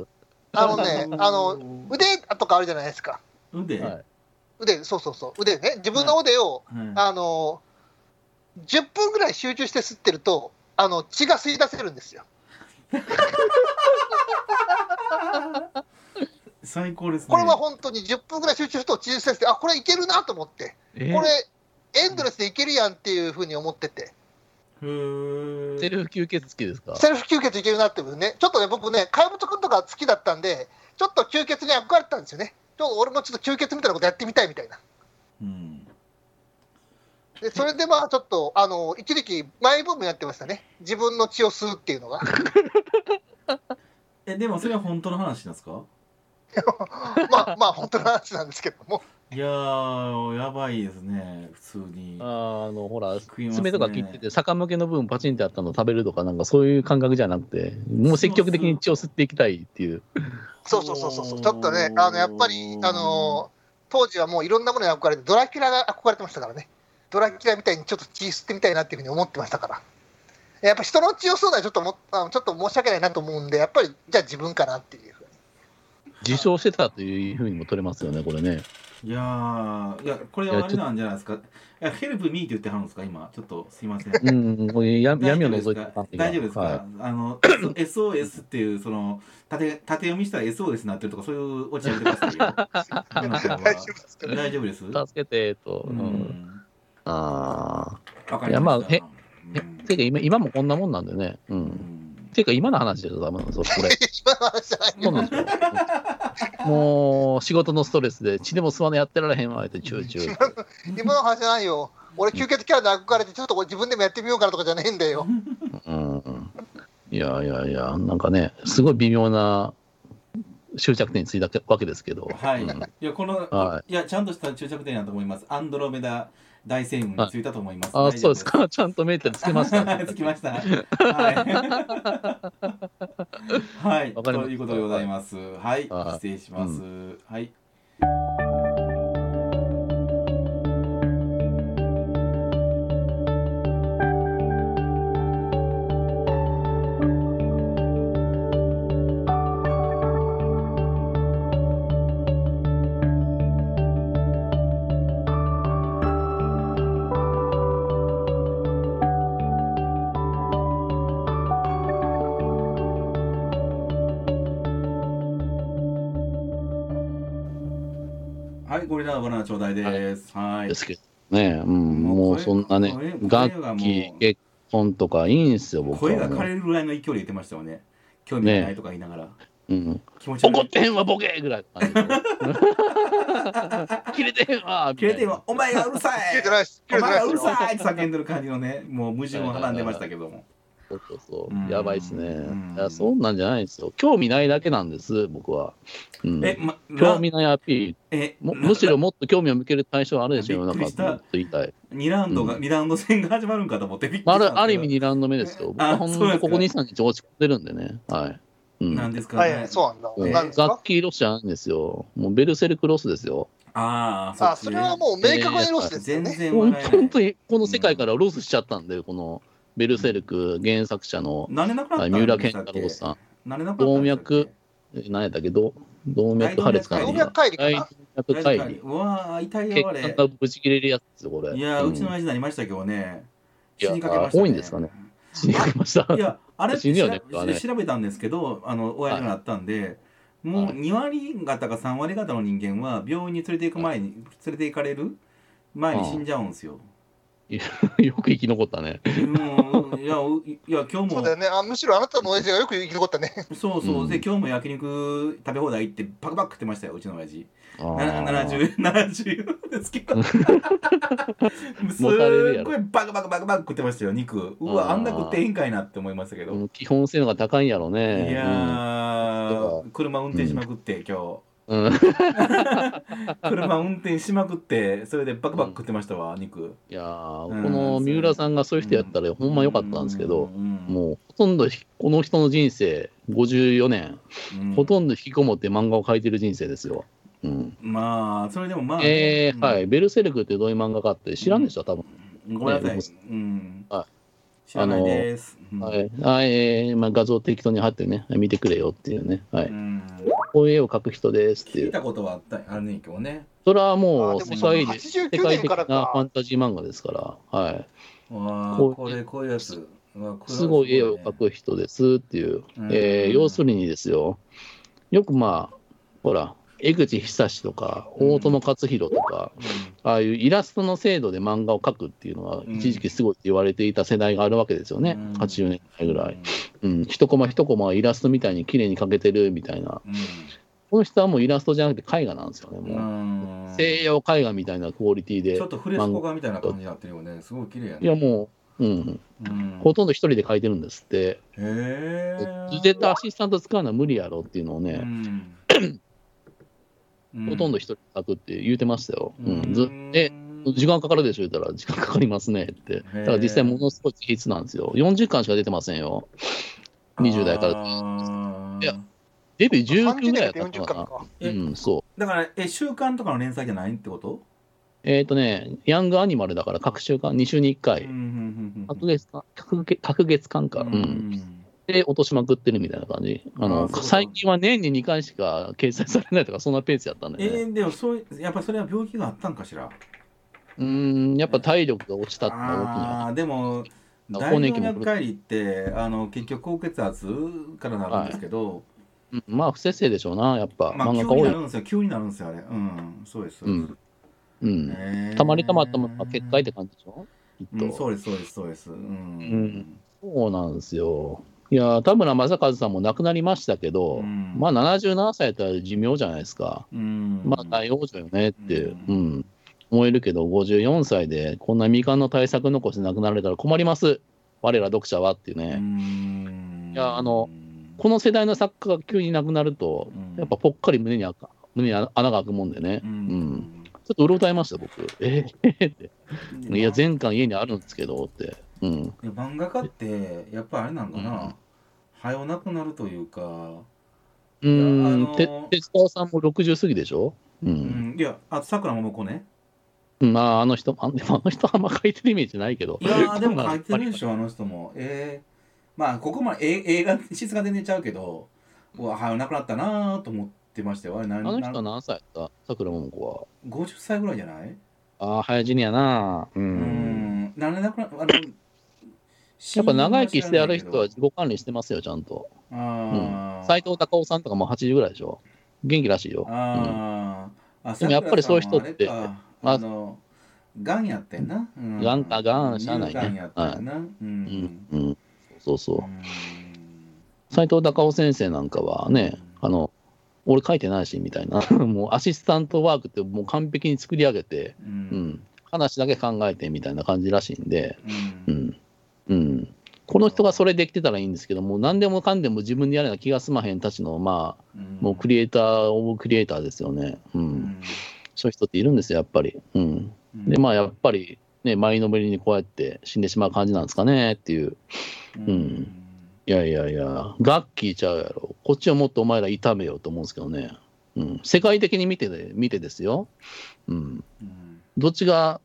[SPEAKER 4] あのね、あの、、腕とかあるじゃないですか。
[SPEAKER 2] ど腕
[SPEAKER 3] は
[SPEAKER 2] はい
[SPEAKER 4] 腕、そうそうそう、腕ね。自分の腕を、
[SPEAKER 2] い
[SPEAKER 4] あの、10分ぐらい集中して吸ってると、あの、血が吸い出せるんですよ。
[SPEAKER 2] 最高ですね。
[SPEAKER 4] これは本当に10分ぐらい集中すると血出せて、あ、これいけるなと思って。
[SPEAKER 3] え
[SPEAKER 4] これ、エンドレスでいけるやんっていうふうに思ってて、
[SPEAKER 2] へー
[SPEAKER 3] セルフ吸血鬼ですか
[SPEAKER 4] セルフ吸血いけるなっていうね、ちょっとね、僕ね、怪物くんとか好きだったんで、ちょっと吸血に憧れてたんですよね。ちょっと俺もちょっと吸血みたいなことやってみたいみたいな。
[SPEAKER 2] うん。
[SPEAKER 4] でそれでまあちょっと、あの、一時期マイブームやってましたね。自分の血を吸うっていうのが。
[SPEAKER 2] え、でもそれは本当の話なんですか
[SPEAKER 4] まあまあ本当の話なんですけども。
[SPEAKER 2] いやー、やばいですね、普通に。
[SPEAKER 3] あーあの、ほら、
[SPEAKER 2] 食いますね
[SPEAKER 3] 爪とか切ってて、逆向けの部分パチンってあったの食べるとか、なんかそういう感覚じゃなくて、もう積極的に血を吸っていきたいっていう。
[SPEAKER 4] そうそうそうそうそう。ちょっとね、あの、やっぱり、あの、当時はもういろんなものに憧れて、ドラキュラが憧れてましたからね。ドラキュラみたいにちょっと血吸ってみたいなっていうふうに思ってましたから。やっぱ人の血を吸うのはちょっともあのちょっと申し訳ないなと思うんで、やっぱりじゃあ自分かなっていうふうに。
[SPEAKER 3] 自称してたというふうにも取れますよね、これね。
[SPEAKER 2] いやー、いや、これはあれなんじゃないですか。いや、ヘルプミーって言ってはるんですか、今。ちょっとすいません。
[SPEAKER 3] うん、これや闇を覗いて
[SPEAKER 2] 大丈夫ですか大丈夫ですか、
[SPEAKER 3] は
[SPEAKER 2] あの、そ SOS っていう、その、縦、縦読みしたら SOS になってるとか、そういうオチやめてくださいよ。あ なたは
[SPEAKER 4] 大丈夫ですかね。
[SPEAKER 2] 大丈夫です
[SPEAKER 3] い助けて、と。
[SPEAKER 2] う
[SPEAKER 3] うん
[SPEAKER 2] ん。
[SPEAKER 3] ああ。
[SPEAKER 2] わか
[SPEAKER 3] いやまあへ
[SPEAKER 2] うん
[SPEAKER 3] てか今、今もこんなもんなんでね。う。
[SPEAKER 2] うんん
[SPEAKER 3] てか、今の話でしょ、ダメなの、それこれ。
[SPEAKER 4] 今の話じゃない。
[SPEAKER 3] そうなんですよ。もう、仕事のストレスで、血でも吸わねやってられへんわ、って、チューチュー。
[SPEAKER 4] 今の話じゃないよ。俺吸血キャラで憧れて、ちょっとこれ自分でもやってみようかなとかじゃねえんだよ。
[SPEAKER 3] うんいやいやいや、なんかね、すごい微妙な終着点についたわけですけど、
[SPEAKER 2] はい、
[SPEAKER 3] うん
[SPEAKER 2] いやこの、、
[SPEAKER 3] はい
[SPEAKER 2] やちゃんとした注着点だと思いますアンドロメダ大星雲についたと思います、
[SPEAKER 3] あ
[SPEAKER 2] 大
[SPEAKER 3] そ
[SPEAKER 2] 丈
[SPEAKER 3] う
[SPEAKER 2] 夫
[SPEAKER 3] で すか、ちゃんとメーターつけました。
[SPEAKER 2] つきました。 はい。はい。
[SPEAKER 3] わかりまし
[SPEAKER 2] と
[SPEAKER 3] た
[SPEAKER 2] いうことでございます。はい。
[SPEAKER 3] はい
[SPEAKER 2] 失礼します。はい。はい。ゴリラのバナナちょうだいです。はい
[SPEAKER 3] で。すけどね、うん、もうそんなね
[SPEAKER 2] もう声、が声が
[SPEAKER 3] 楽
[SPEAKER 2] も
[SPEAKER 3] 器、
[SPEAKER 2] う
[SPEAKER 3] 結婚とかいいんすよ、僕
[SPEAKER 2] 声
[SPEAKER 3] は
[SPEAKER 2] が
[SPEAKER 3] も
[SPEAKER 2] 枯
[SPEAKER 3] う。
[SPEAKER 2] れるぐらいの勢いで言ってましたよね。興味がないとか言いながら。
[SPEAKER 3] うん、
[SPEAKER 2] 気持ち悪い
[SPEAKER 3] 怒ってへんわ、ボケぐらいの感じで。 切れてへんわ、
[SPEAKER 2] 切れて今、お前がうるさ い
[SPEAKER 4] 聞いてないです。
[SPEAKER 2] お
[SPEAKER 4] 聞いて
[SPEAKER 2] 前
[SPEAKER 4] ない
[SPEAKER 2] が
[SPEAKER 4] で
[SPEAKER 2] う
[SPEAKER 4] す
[SPEAKER 2] る
[SPEAKER 4] よ。
[SPEAKER 2] さいって叫んでる感じのね、もう矛盾をはらんでましたけども。
[SPEAKER 3] そうそうそう
[SPEAKER 2] うん
[SPEAKER 3] やばいっすね。
[SPEAKER 2] うん
[SPEAKER 3] いや、そんなんじゃないんですよ。興味ないだけなんです、僕は。うん、
[SPEAKER 2] え、ま、ラ
[SPEAKER 3] 興味ないアピール
[SPEAKER 2] え、
[SPEAKER 3] も
[SPEAKER 2] ラ
[SPEAKER 3] むしろもっと興味を向ける対象はあるでしょ
[SPEAKER 2] び
[SPEAKER 3] う、な
[SPEAKER 2] っ
[SPEAKER 3] ん
[SPEAKER 2] くり
[SPEAKER 3] かもっ
[SPEAKER 2] した
[SPEAKER 3] と言いたい。
[SPEAKER 2] 二ラウンドが、
[SPEAKER 3] う
[SPEAKER 2] 二ラウンド戦が始まるんかと思ってびっくり
[SPEAKER 3] まあ、あ
[SPEAKER 2] したんですけ
[SPEAKER 3] る
[SPEAKER 2] ど。
[SPEAKER 3] ある意味2ラウンド目ですよ。僕
[SPEAKER 2] あ
[SPEAKER 3] はほん
[SPEAKER 2] そう
[SPEAKER 3] と
[SPEAKER 2] ですか
[SPEAKER 3] ここ2、3日落ち込んでるんでね。はい。う
[SPEAKER 2] なん
[SPEAKER 3] ん。
[SPEAKER 2] ですか
[SPEAKER 4] は
[SPEAKER 2] ね。
[SPEAKER 4] い、そうなんだ。なんですか
[SPEAKER 3] 楽器ロスじゃないんですよ。もうベルセルクロスですよ。
[SPEAKER 2] ああ、
[SPEAKER 4] あ、
[SPEAKER 2] っち
[SPEAKER 4] そ
[SPEAKER 2] ね
[SPEAKER 4] れはもう明確にロスですよ
[SPEAKER 2] 全
[SPEAKER 4] ね。
[SPEAKER 2] 然
[SPEAKER 3] 本
[SPEAKER 2] 笑えない。
[SPEAKER 3] 当にこの世界からロスしちゃったんで、このベルセルク原作者の
[SPEAKER 2] なんでなくなった
[SPEAKER 3] はい
[SPEAKER 2] ん
[SPEAKER 3] 三浦
[SPEAKER 2] でし
[SPEAKER 3] 健
[SPEAKER 2] たっけ
[SPEAKER 3] 太郎さん。
[SPEAKER 2] なんでなくなったんでしたっけ
[SPEAKER 3] 動脈え何やったっけど動脈破裂かな
[SPEAKER 2] 動
[SPEAKER 4] 脈解離かな
[SPEAKER 3] 動脈解離。
[SPEAKER 2] うわー、痛い
[SPEAKER 3] 血
[SPEAKER 2] よ、あれ
[SPEAKER 3] 管。がぶち切れるやつですよ、これ。
[SPEAKER 2] いやー、うちの
[SPEAKER 3] ん
[SPEAKER 2] 親父になりましたけどね。
[SPEAKER 3] いや
[SPEAKER 2] 死にかけましたね
[SPEAKER 3] 多いんですかね。死にかけました。
[SPEAKER 2] いや、あれ
[SPEAKER 3] 死ぬよね
[SPEAKER 2] 調べ
[SPEAKER 3] あれ
[SPEAKER 2] 調べたんですけど、あの、親父がなったんで、もう
[SPEAKER 3] はい
[SPEAKER 2] 2割方か3割方の人間は病院に連れて行く前に、連れて行かれる前に死んじゃうんですよ。
[SPEAKER 3] よく生き残ったね。
[SPEAKER 2] もういや、ういや、今日
[SPEAKER 4] そう
[SPEAKER 2] も
[SPEAKER 4] だよ、ね。あむしろあなたの親父がよく生き残ったね。
[SPEAKER 2] そうそう、
[SPEAKER 3] うん
[SPEAKER 2] で、今日も焼肉食べ放題行って、パクパク食ってましたよ、うちの親父。
[SPEAKER 3] あ
[SPEAKER 2] な
[SPEAKER 3] ー
[SPEAKER 2] 70、70ですけど。 す
[SPEAKER 3] もたれる
[SPEAKER 2] っ
[SPEAKER 3] やろ
[SPEAKER 2] ごいバクバクバクバク食ってましたよ、肉。うわ、
[SPEAKER 3] あー
[SPEAKER 2] あんな食っていいんかいなって思いましたけど。
[SPEAKER 3] うん基本性能が高いんやろうね。
[SPEAKER 2] いや
[SPEAKER 3] うん
[SPEAKER 2] ー、
[SPEAKER 3] う
[SPEAKER 2] 車運転しまくって、今日。
[SPEAKER 3] うん。い
[SPEAKER 2] 車運転しまくってそれでバクバク食ってましたわ、肉
[SPEAKER 3] や
[SPEAKER 2] う
[SPEAKER 3] ー
[SPEAKER 2] ん
[SPEAKER 3] この三浦さんがそういう人やったら、ほんま良かったんですけ
[SPEAKER 2] も
[SPEAKER 3] ど、もうほとんどひこの人の人生、54年、
[SPEAKER 2] うん
[SPEAKER 3] ほとんど引きこもって漫画を描いてる人生ですよ。うん、
[SPEAKER 2] まあそれでもまあ
[SPEAKER 3] えーは
[SPEAKER 2] う
[SPEAKER 3] い、ベルセルクってどういう漫画かって知らんでしょ、多分。
[SPEAKER 2] んごめんなさい、うん
[SPEAKER 3] は
[SPEAKER 2] 知らないです、うん
[SPEAKER 3] はい、はいえーまあ、画像適当に貼ってね、見てくれよっていうね、は
[SPEAKER 2] う
[SPEAKER 3] い、
[SPEAKER 2] ん
[SPEAKER 3] こういう絵を描く人ですってい、
[SPEAKER 2] 聞いうたことはあったあるねんけどね
[SPEAKER 3] それは
[SPEAKER 4] あ
[SPEAKER 3] もう
[SPEAKER 4] ーでも
[SPEAKER 3] 世
[SPEAKER 4] その
[SPEAKER 3] 界で
[SPEAKER 4] 89
[SPEAKER 3] 世界
[SPEAKER 4] 年
[SPEAKER 3] 的
[SPEAKER 4] か
[SPEAKER 3] な
[SPEAKER 4] ら
[SPEAKER 3] ファ
[SPEAKER 4] か
[SPEAKER 3] ン。タジー漫画ですから、はい、
[SPEAKER 2] わあ
[SPEAKER 3] こう
[SPEAKER 2] これこういうやつわあこれは
[SPEAKER 3] すごい絵を
[SPEAKER 2] ね
[SPEAKER 3] 描く人ですっていう、
[SPEAKER 2] うん
[SPEAKER 3] えー要するにですよ、よくまあ、ほら、江口久志とか、
[SPEAKER 2] うん
[SPEAKER 3] 大友克洋とか、ああいうイラストの精度で漫画を描くっていうのは、
[SPEAKER 2] うん
[SPEAKER 3] 一時期すごいって言われていた世代があるわけですよね、
[SPEAKER 2] うん
[SPEAKER 3] 80年代ぐらい。、
[SPEAKER 2] う
[SPEAKER 3] うん、一コマ一コマイラストみたいに綺麗に描けてるみたいな。
[SPEAKER 2] ん
[SPEAKER 3] この人はもうイラストじゃなくて絵画なんですよね、
[SPEAKER 2] う
[SPEAKER 3] もう。
[SPEAKER 2] んうん
[SPEAKER 3] 西洋絵画みたいなクオリティで
[SPEAKER 2] ちょっ。とフレスコ画みたいな感じになってるよねすごい綺麗や
[SPEAKER 3] い
[SPEAKER 2] ね
[SPEAKER 3] や、もう、うん、
[SPEAKER 2] うん
[SPEAKER 3] ほとんど一人で描いてるんですって。
[SPEAKER 2] へえ
[SPEAKER 3] 絶対アシスタント使うのは無理やろっていうのをね、ほとんど一人で書くって言うてましたよ。うんずえ時間かかるでしょ言ったら、時間かかりますねって。だから実際ものすごい必須なんですよ。40巻しか出てませんよ。20代から
[SPEAKER 2] ら
[SPEAKER 3] いやデビュー19
[SPEAKER 4] 30
[SPEAKER 3] ぐらいや
[SPEAKER 4] 年で
[SPEAKER 3] った
[SPEAKER 4] 40
[SPEAKER 3] か
[SPEAKER 4] 巻
[SPEAKER 3] な。
[SPEAKER 4] か。
[SPEAKER 2] え
[SPEAKER 3] うん、そう。
[SPEAKER 2] だからえ週刊とかの連載じゃないってこと
[SPEAKER 3] えっ、とね、ヤングアニマルだから各週間、2週に
[SPEAKER 2] う
[SPEAKER 3] 1回、
[SPEAKER 2] ん
[SPEAKER 3] 各月間、各月各月間か、
[SPEAKER 2] う
[SPEAKER 3] うんん
[SPEAKER 2] うんうん
[SPEAKER 3] で落としまくってるみたいな感じ。あ
[SPEAKER 2] あーそ
[SPEAKER 3] の
[SPEAKER 2] うそう
[SPEAKER 3] 最近は年に2回しか掲載されないとか、そんなペースやったん
[SPEAKER 2] え
[SPEAKER 3] でね。
[SPEAKER 2] ーでもそういうやっぱそれは病気があったんかしら
[SPEAKER 3] うーん、やっぱ体力が落ちたってのは
[SPEAKER 2] あーでも
[SPEAKER 3] あ
[SPEAKER 2] 大
[SPEAKER 3] 更年
[SPEAKER 2] 動
[SPEAKER 3] 期も来
[SPEAKER 2] 脈
[SPEAKER 3] る
[SPEAKER 2] 解離ってあの結局高血圧からなるんですけど、
[SPEAKER 3] 大きいな。うんまあ、不摂生でしょうな、やっぱ。
[SPEAKER 2] まあ
[SPEAKER 3] 漫
[SPEAKER 2] 急
[SPEAKER 3] 画
[SPEAKER 2] に
[SPEAKER 3] 家多
[SPEAKER 2] ないる。んですよ急になるんですよあれうんそうですそう
[SPEAKER 3] う
[SPEAKER 2] です、
[SPEAKER 3] ん。うん。
[SPEAKER 2] へー
[SPEAKER 3] たまりたまったまった結界って感じでしょきっと、
[SPEAKER 2] うん、
[SPEAKER 3] そ
[SPEAKER 2] そうですそうですそうですうん、
[SPEAKER 3] んうなんですよ。いやー、田村正和さんも亡くなりましたけど、
[SPEAKER 2] うん
[SPEAKER 3] まあ77歳やったら寿命じゃないですか。
[SPEAKER 2] うん
[SPEAKER 3] まあ大王女よねって、
[SPEAKER 2] う
[SPEAKER 3] うんん、思えるけど、54歳でこんな未完の対策残して亡くなられたら困ります。我ら読者はっていう
[SPEAKER 2] う
[SPEAKER 3] ね。
[SPEAKER 2] ん
[SPEAKER 3] いやあのこの世代の作家が急に亡くなると、やっぱぽっかり胸にあか胸に穴が開くもんでね、
[SPEAKER 2] う
[SPEAKER 3] うん
[SPEAKER 2] ん、
[SPEAKER 3] ちょっとうろたえました、僕。え
[SPEAKER 2] うん
[SPEAKER 3] いや、全巻家にあるんですけどって。うん。
[SPEAKER 2] いや漫画家ってやっぱあれなんかな、
[SPEAKER 3] うん
[SPEAKER 2] はよなくなるというか、
[SPEAKER 3] う
[SPEAKER 2] いやあ
[SPEAKER 3] ん
[SPEAKER 2] の、
[SPEAKER 3] て鉄川さんも60過ぎでしょう。
[SPEAKER 2] うんいやあとさくらももこね
[SPEAKER 3] まあ、あの人、 あでもあの人あんま書いてるイメージないけど。
[SPEAKER 2] いやーでも書いてるでしょあの人もえー、まあここまでえ映画質が全然ちゃうけどうわはよなくなったなーと思ってましたよあれ
[SPEAKER 3] あ
[SPEAKER 2] 何
[SPEAKER 3] の人は
[SPEAKER 2] な
[SPEAKER 3] 何歳だったさくらももこ
[SPEAKER 2] 50歳ぐらいじゃない
[SPEAKER 3] は。ああ、早死にやな。う。
[SPEAKER 2] うんんなれなくなあの
[SPEAKER 3] やっぱ長生きしてある人は自己管理してますよ、ちゃんと。
[SPEAKER 2] あー
[SPEAKER 3] 斎藤隆夫さんとかもう80ぐらいでしょ。元気らしいよ。うん
[SPEAKER 2] あーあ
[SPEAKER 3] でもやっぱりそういう人って
[SPEAKER 2] 桜さんはあ
[SPEAKER 3] まあ
[SPEAKER 2] れかあのがんやってんな、うん
[SPEAKER 3] 癌か癌しゃあないね
[SPEAKER 2] 乳がんやってんな、うん。
[SPEAKER 3] うん。うん。そうそううん斎藤隆夫先生なんかはね、あの、俺書いてないし、みたいな。 もうアシスタントワークってもう完璧に作り上げて、
[SPEAKER 2] う
[SPEAKER 3] うんん、話だけ考えてみたいな感じらしいんで、
[SPEAKER 2] う
[SPEAKER 3] うんんうん、この人がそれできてたらいいんですけど、もう何でもかんでも自分でやるような気が済まへんたちの、まあ、もうク
[SPEAKER 2] リ
[SPEAKER 3] リエイター、オブクリエイターですよね、うんそういう人っているんですよ、やっぱり。うん、で、まあ、やっぱり、ね、前のめりにこうやって死んでしまう感じなんですかねっていう、
[SPEAKER 2] うん
[SPEAKER 3] うんいやいやいや、ガッキーちゃうやろ、こっちをもっとお前ら痛めようと思うんですけどね、うん、世界的に見て,、ね、見てですよ。うん
[SPEAKER 2] うん
[SPEAKER 3] どっちが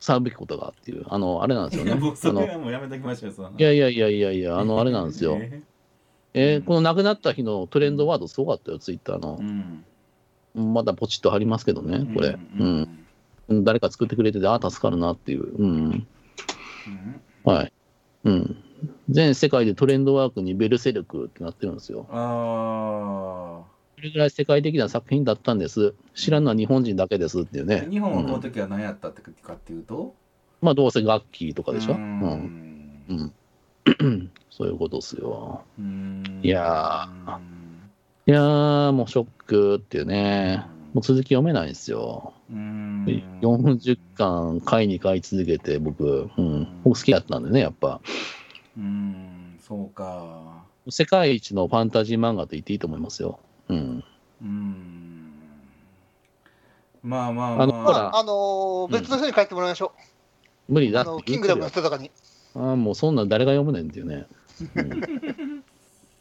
[SPEAKER 3] 騒ぐべきことがっていう、あの、あれなんです
[SPEAKER 2] い
[SPEAKER 3] よ ね。
[SPEAKER 2] やもう
[SPEAKER 3] あ
[SPEAKER 2] それ
[SPEAKER 3] の
[SPEAKER 2] はもうやめときましょうその
[SPEAKER 3] いやいやいやいやいや、あの、あれなんです よ。
[SPEAKER 2] え
[SPEAKER 3] えーこの亡くなった日のトレンドワードすごかったよ、ツイッター
[SPEAKER 2] ー
[SPEAKER 3] の
[SPEAKER 2] う。ん
[SPEAKER 3] まだポチッと貼りますけどね、これ。
[SPEAKER 2] う
[SPEAKER 3] うんん。誰か作ってくれてて、ああ、助かるなっていう。うん。
[SPEAKER 2] うん
[SPEAKER 3] はい。うん。全世界でトレンドワークにベルセルクってなってるんですよ。
[SPEAKER 2] あ
[SPEAKER 3] それぐらい世界的な作品だったんです。知らんのは日本人だけですっていう
[SPEAKER 2] あ
[SPEAKER 3] ね。
[SPEAKER 2] 日本はこ
[SPEAKER 3] う
[SPEAKER 2] の
[SPEAKER 3] ん
[SPEAKER 2] 時は何やったってかっていうと
[SPEAKER 3] まあ、どうせガッキーとかでしょ。
[SPEAKER 2] う
[SPEAKER 3] うん。
[SPEAKER 2] ん
[SPEAKER 3] うん。そういうことですよ。
[SPEAKER 2] うん
[SPEAKER 3] いやいやー、もうショックっていうね、もう続き読めないんですよ。
[SPEAKER 2] うん
[SPEAKER 3] 40巻、回に回続けて、僕、うん、僕好きだったんでね、やっぱ。
[SPEAKER 2] うんそうか
[SPEAKER 3] 世界一のファンタジー漫画と言っていいと思いますよ。うん。
[SPEAKER 2] うんまあまあ
[SPEAKER 3] あ
[SPEAKER 2] ま
[SPEAKER 3] の
[SPEAKER 2] あ。
[SPEAKER 3] ほ
[SPEAKER 4] ま
[SPEAKER 3] ら
[SPEAKER 4] あ、あのー別の人に書いてもらいましょ
[SPEAKER 3] 無理
[SPEAKER 4] う。
[SPEAKER 3] だ
[SPEAKER 4] あ
[SPEAKER 3] って
[SPEAKER 4] の、キ
[SPEAKER 3] 言っ
[SPEAKER 4] ング
[SPEAKER 3] て
[SPEAKER 4] ダ
[SPEAKER 3] る
[SPEAKER 4] ム
[SPEAKER 3] よ
[SPEAKER 4] の人とかに。
[SPEAKER 3] ああ、もうそんなん誰が読むねんっていうね。うん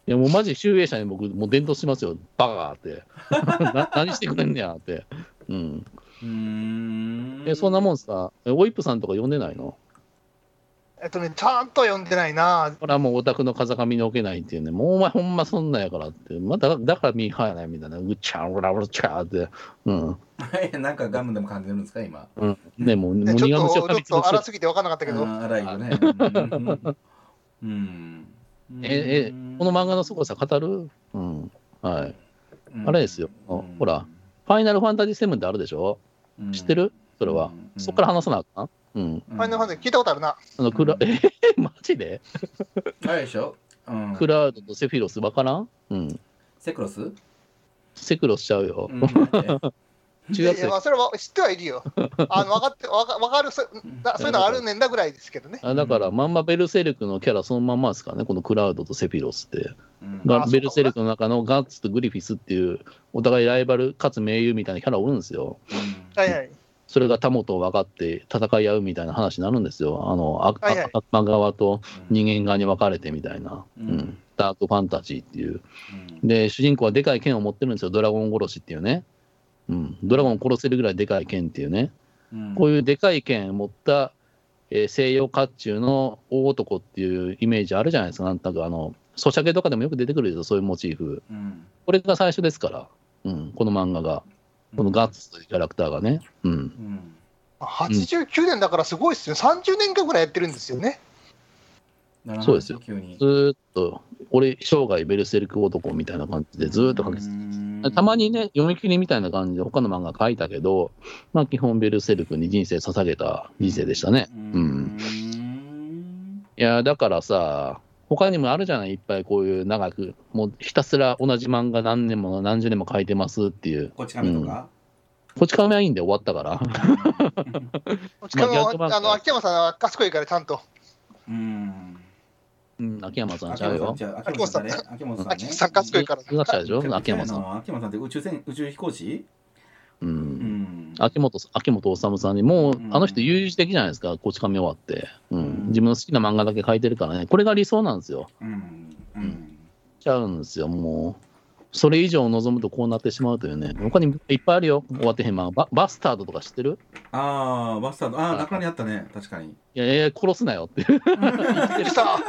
[SPEAKER 3] いや、もうマジ集英社に僕、もう伝統しますよ。バカーって。 な何してくれんねやって。うん。
[SPEAKER 2] うーん。
[SPEAKER 3] え、そんなもんさ、えオイプさんとか読んでないの
[SPEAKER 4] えっとね、ちゃんと読んでないな。
[SPEAKER 3] これはもうオタクの風上に置けないっていうね。もうお前ほんまそんなんやからって。まあ、だだからミーハーやないみたいな。うっちゃん、うらうらちゃーって。うん。
[SPEAKER 2] えなんかガムでも感じるんですか、今。
[SPEAKER 3] ね、もう、もう
[SPEAKER 4] ねち
[SPEAKER 3] 苦
[SPEAKER 4] ょ
[SPEAKER 3] 虫
[SPEAKER 4] っと、
[SPEAKER 3] を噛
[SPEAKER 4] ちょ
[SPEAKER 3] み
[SPEAKER 4] っ
[SPEAKER 3] つぶ
[SPEAKER 4] と
[SPEAKER 3] す
[SPEAKER 4] 荒すぎて分からなかったけど、
[SPEAKER 2] あー荒いよね。うん。うん
[SPEAKER 3] ええこの漫画の凄さ語るうん。はい。あれですよほら、ファイナルファンタジー7ってあるでしょ
[SPEAKER 2] うん
[SPEAKER 3] 知ってるそれは。
[SPEAKER 2] うん
[SPEAKER 3] そっから話さなあかんうん。
[SPEAKER 2] フ
[SPEAKER 4] ファイナルファンタジー聞いたことあるな。
[SPEAKER 3] あの、クラ
[SPEAKER 2] う、ん
[SPEAKER 3] えマジで
[SPEAKER 2] あれでしょ、うん、
[SPEAKER 3] クラウドとセフィロスわからんうん。
[SPEAKER 2] セクロス、うん
[SPEAKER 3] セクロスしちゃう よ。中
[SPEAKER 4] いや
[SPEAKER 3] 学
[SPEAKER 4] いや、
[SPEAKER 3] 生
[SPEAKER 4] ま。あ、それは知ってはい るよ。あの分かって、分か分かるそ、なそういうのあるねんだぐらいですけどね。
[SPEAKER 3] あだから、まんまベルセルクのキャラそのまんまですからね、このクラウドとセフィロスって。
[SPEAKER 2] うん
[SPEAKER 3] が
[SPEAKER 4] あ
[SPEAKER 3] ベルセルクの中のガッツとグリフィスっていう、お互いライバルかつ盟友みたいなキャラおるんですよ。
[SPEAKER 4] はいはい。
[SPEAKER 3] それがタモと分かって戦い合うみたいな話になるんですよ。あの、あ
[SPEAKER 4] はいはい
[SPEAKER 3] 悪魔側と人間側に分かれてみたいな。
[SPEAKER 2] う
[SPEAKER 3] うんん。ダークファンタジーっていう。
[SPEAKER 2] うん
[SPEAKER 3] で、主人公はでかい剣を持ってるんですよ、ドラゴン殺しっていうね。うん、ドラゴンを殺せるぐらいでかい剣っていうね。
[SPEAKER 2] うん
[SPEAKER 3] こういうでかい剣を持った、えー西洋甲冑の大男っていうイメージあるじゃないですか、なんとなくあの、ソシャゲとかでもよく出てくるでしょ、そういうモチーフ。
[SPEAKER 2] うん
[SPEAKER 3] これが最初ですから、うん、この漫画が。このガッツというキャラクターがね。うん。
[SPEAKER 2] うん
[SPEAKER 4] 89年だからすごいっすよ。30年間ぐらいやってるんですよね。
[SPEAKER 3] そうですよ
[SPEAKER 2] 急に
[SPEAKER 3] ずーっと、俺、生涯ベルセルク男みたいな感じでずーっと書き続けて
[SPEAKER 2] うん
[SPEAKER 3] たまにね、読み切りみたいな感じで他の漫画書いたけど、まあ基本ベルセルクに人生捧げた人生でしたね。
[SPEAKER 2] うん
[SPEAKER 3] いやー、だからさ、他にもあるじゃない、いっぱいこういう長く、もうひたすら同じ漫画何年も何十年も書いてますっていう。
[SPEAKER 2] こっち亀とか、
[SPEAKER 3] こっちからいいんで終わったから。
[SPEAKER 4] し
[SPEAKER 3] ま
[SPEAKER 4] か
[SPEAKER 3] あ
[SPEAKER 4] も、
[SPEAKER 3] 逆版
[SPEAKER 4] あの、秋山さんは賢いからちゃんと。
[SPEAKER 2] うん、
[SPEAKER 3] うん、秋山さん
[SPEAKER 2] 秋
[SPEAKER 3] ちゃう
[SPEAKER 2] 元
[SPEAKER 3] よ。
[SPEAKER 2] さん秋元さんね秋元さんね
[SPEAKER 4] 秋山さん賢いから。
[SPEAKER 3] 哲学者でしょ秋山さん。
[SPEAKER 2] ん秋元さんって宇宙船宇宙飛行士
[SPEAKER 3] う。
[SPEAKER 2] うんん
[SPEAKER 3] 秋元さん、秋元治さんに、もう
[SPEAKER 2] うん、
[SPEAKER 3] あの人悠々的じゃないですか、こち亀終わって。
[SPEAKER 2] う
[SPEAKER 3] う
[SPEAKER 2] ん
[SPEAKER 3] ん。自分の好きな漫画だけ書いてるからね。これが理想なんですよ。
[SPEAKER 2] うんうん
[SPEAKER 3] ちゃうんですよ、もう。それ以上望むとこうなってしまうというね。他にいっぱいあるよ。終わってへん漫画。ババスタードとか知ってる
[SPEAKER 2] ああバスタードああ中にあったね確かに
[SPEAKER 3] いやいや、殺すなよって。
[SPEAKER 4] びっくりした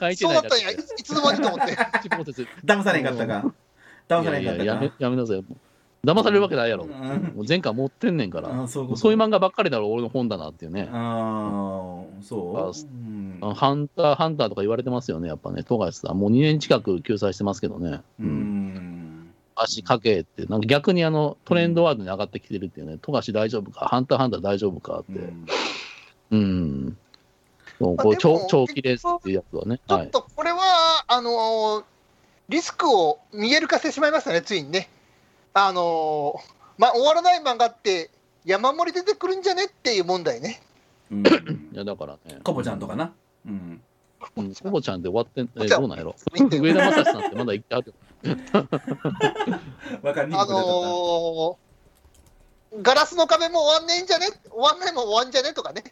[SPEAKER 3] 書いて
[SPEAKER 4] そう
[SPEAKER 3] な
[SPEAKER 4] だ
[SPEAKER 3] いだ
[SPEAKER 4] ったんや、い
[SPEAKER 3] けで。
[SPEAKER 4] いつの間にと思って。
[SPEAKER 3] 口ポテチ
[SPEAKER 2] 騙されへんかったか騙されへ
[SPEAKER 3] い
[SPEAKER 2] ん
[SPEAKER 3] や
[SPEAKER 2] か
[SPEAKER 3] い
[SPEAKER 2] っ
[SPEAKER 3] や
[SPEAKER 2] た
[SPEAKER 3] やめ
[SPEAKER 2] か、
[SPEAKER 3] やめなさい。騙されるわけないやろ。
[SPEAKER 2] うん
[SPEAKER 3] もう前回持ってんねん
[SPEAKER 2] あ
[SPEAKER 3] から。
[SPEAKER 2] ーそういうこと
[SPEAKER 3] そういう漫画ばっかりだろ、俺の本だなっていうね。
[SPEAKER 2] ああそ
[SPEAKER 3] あ
[SPEAKER 2] う、うん
[SPEAKER 3] あのハンター、ハンターとか言われてますよね、やっぱね。富樫さん。もう2年近く救済してますけどね。
[SPEAKER 2] う
[SPEAKER 3] うん
[SPEAKER 2] ん
[SPEAKER 3] 足かけって、なんか逆にあのトレンドワードに上がってきてるっていうね、富樫大丈夫か、ハンターハンター大丈夫かって、うん。そうこ
[SPEAKER 4] まあ
[SPEAKER 3] う
[SPEAKER 4] でも
[SPEAKER 3] 長長期レースっていうやつはね。
[SPEAKER 4] ちょ
[SPEAKER 3] は
[SPEAKER 4] っ
[SPEAKER 3] い。
[SPEAKER 4] とこれは、あのーリスクを見える化してしまいましたね、ついにね。あのーま、終わらない漫画って、山盛り出てくるんじゃねっていう問題ね。
[SPEAKER 2] うん
[SPEAKER 3] いやだからね。
[SPEAKER 2] コボちゃんとかなうん
[SPEAKER 3] うん。コボちゃんで終わってん、え
[SPEAKER 4] ちゃん
[SPEAKER 3] どうなんやろ。
[SPEAKER 4] 見て
[SPEAKER 3] 上田正史さんってまだ言ってある。
[SPEAKER 2] わかりにく
[SPEAKER 4] あ
[SPEAKER 2] くなっちゃっ
[SPEAKER 4] のーガラスの壁も終わんねえんじゃね終わんないもん終わんじゃねとかね。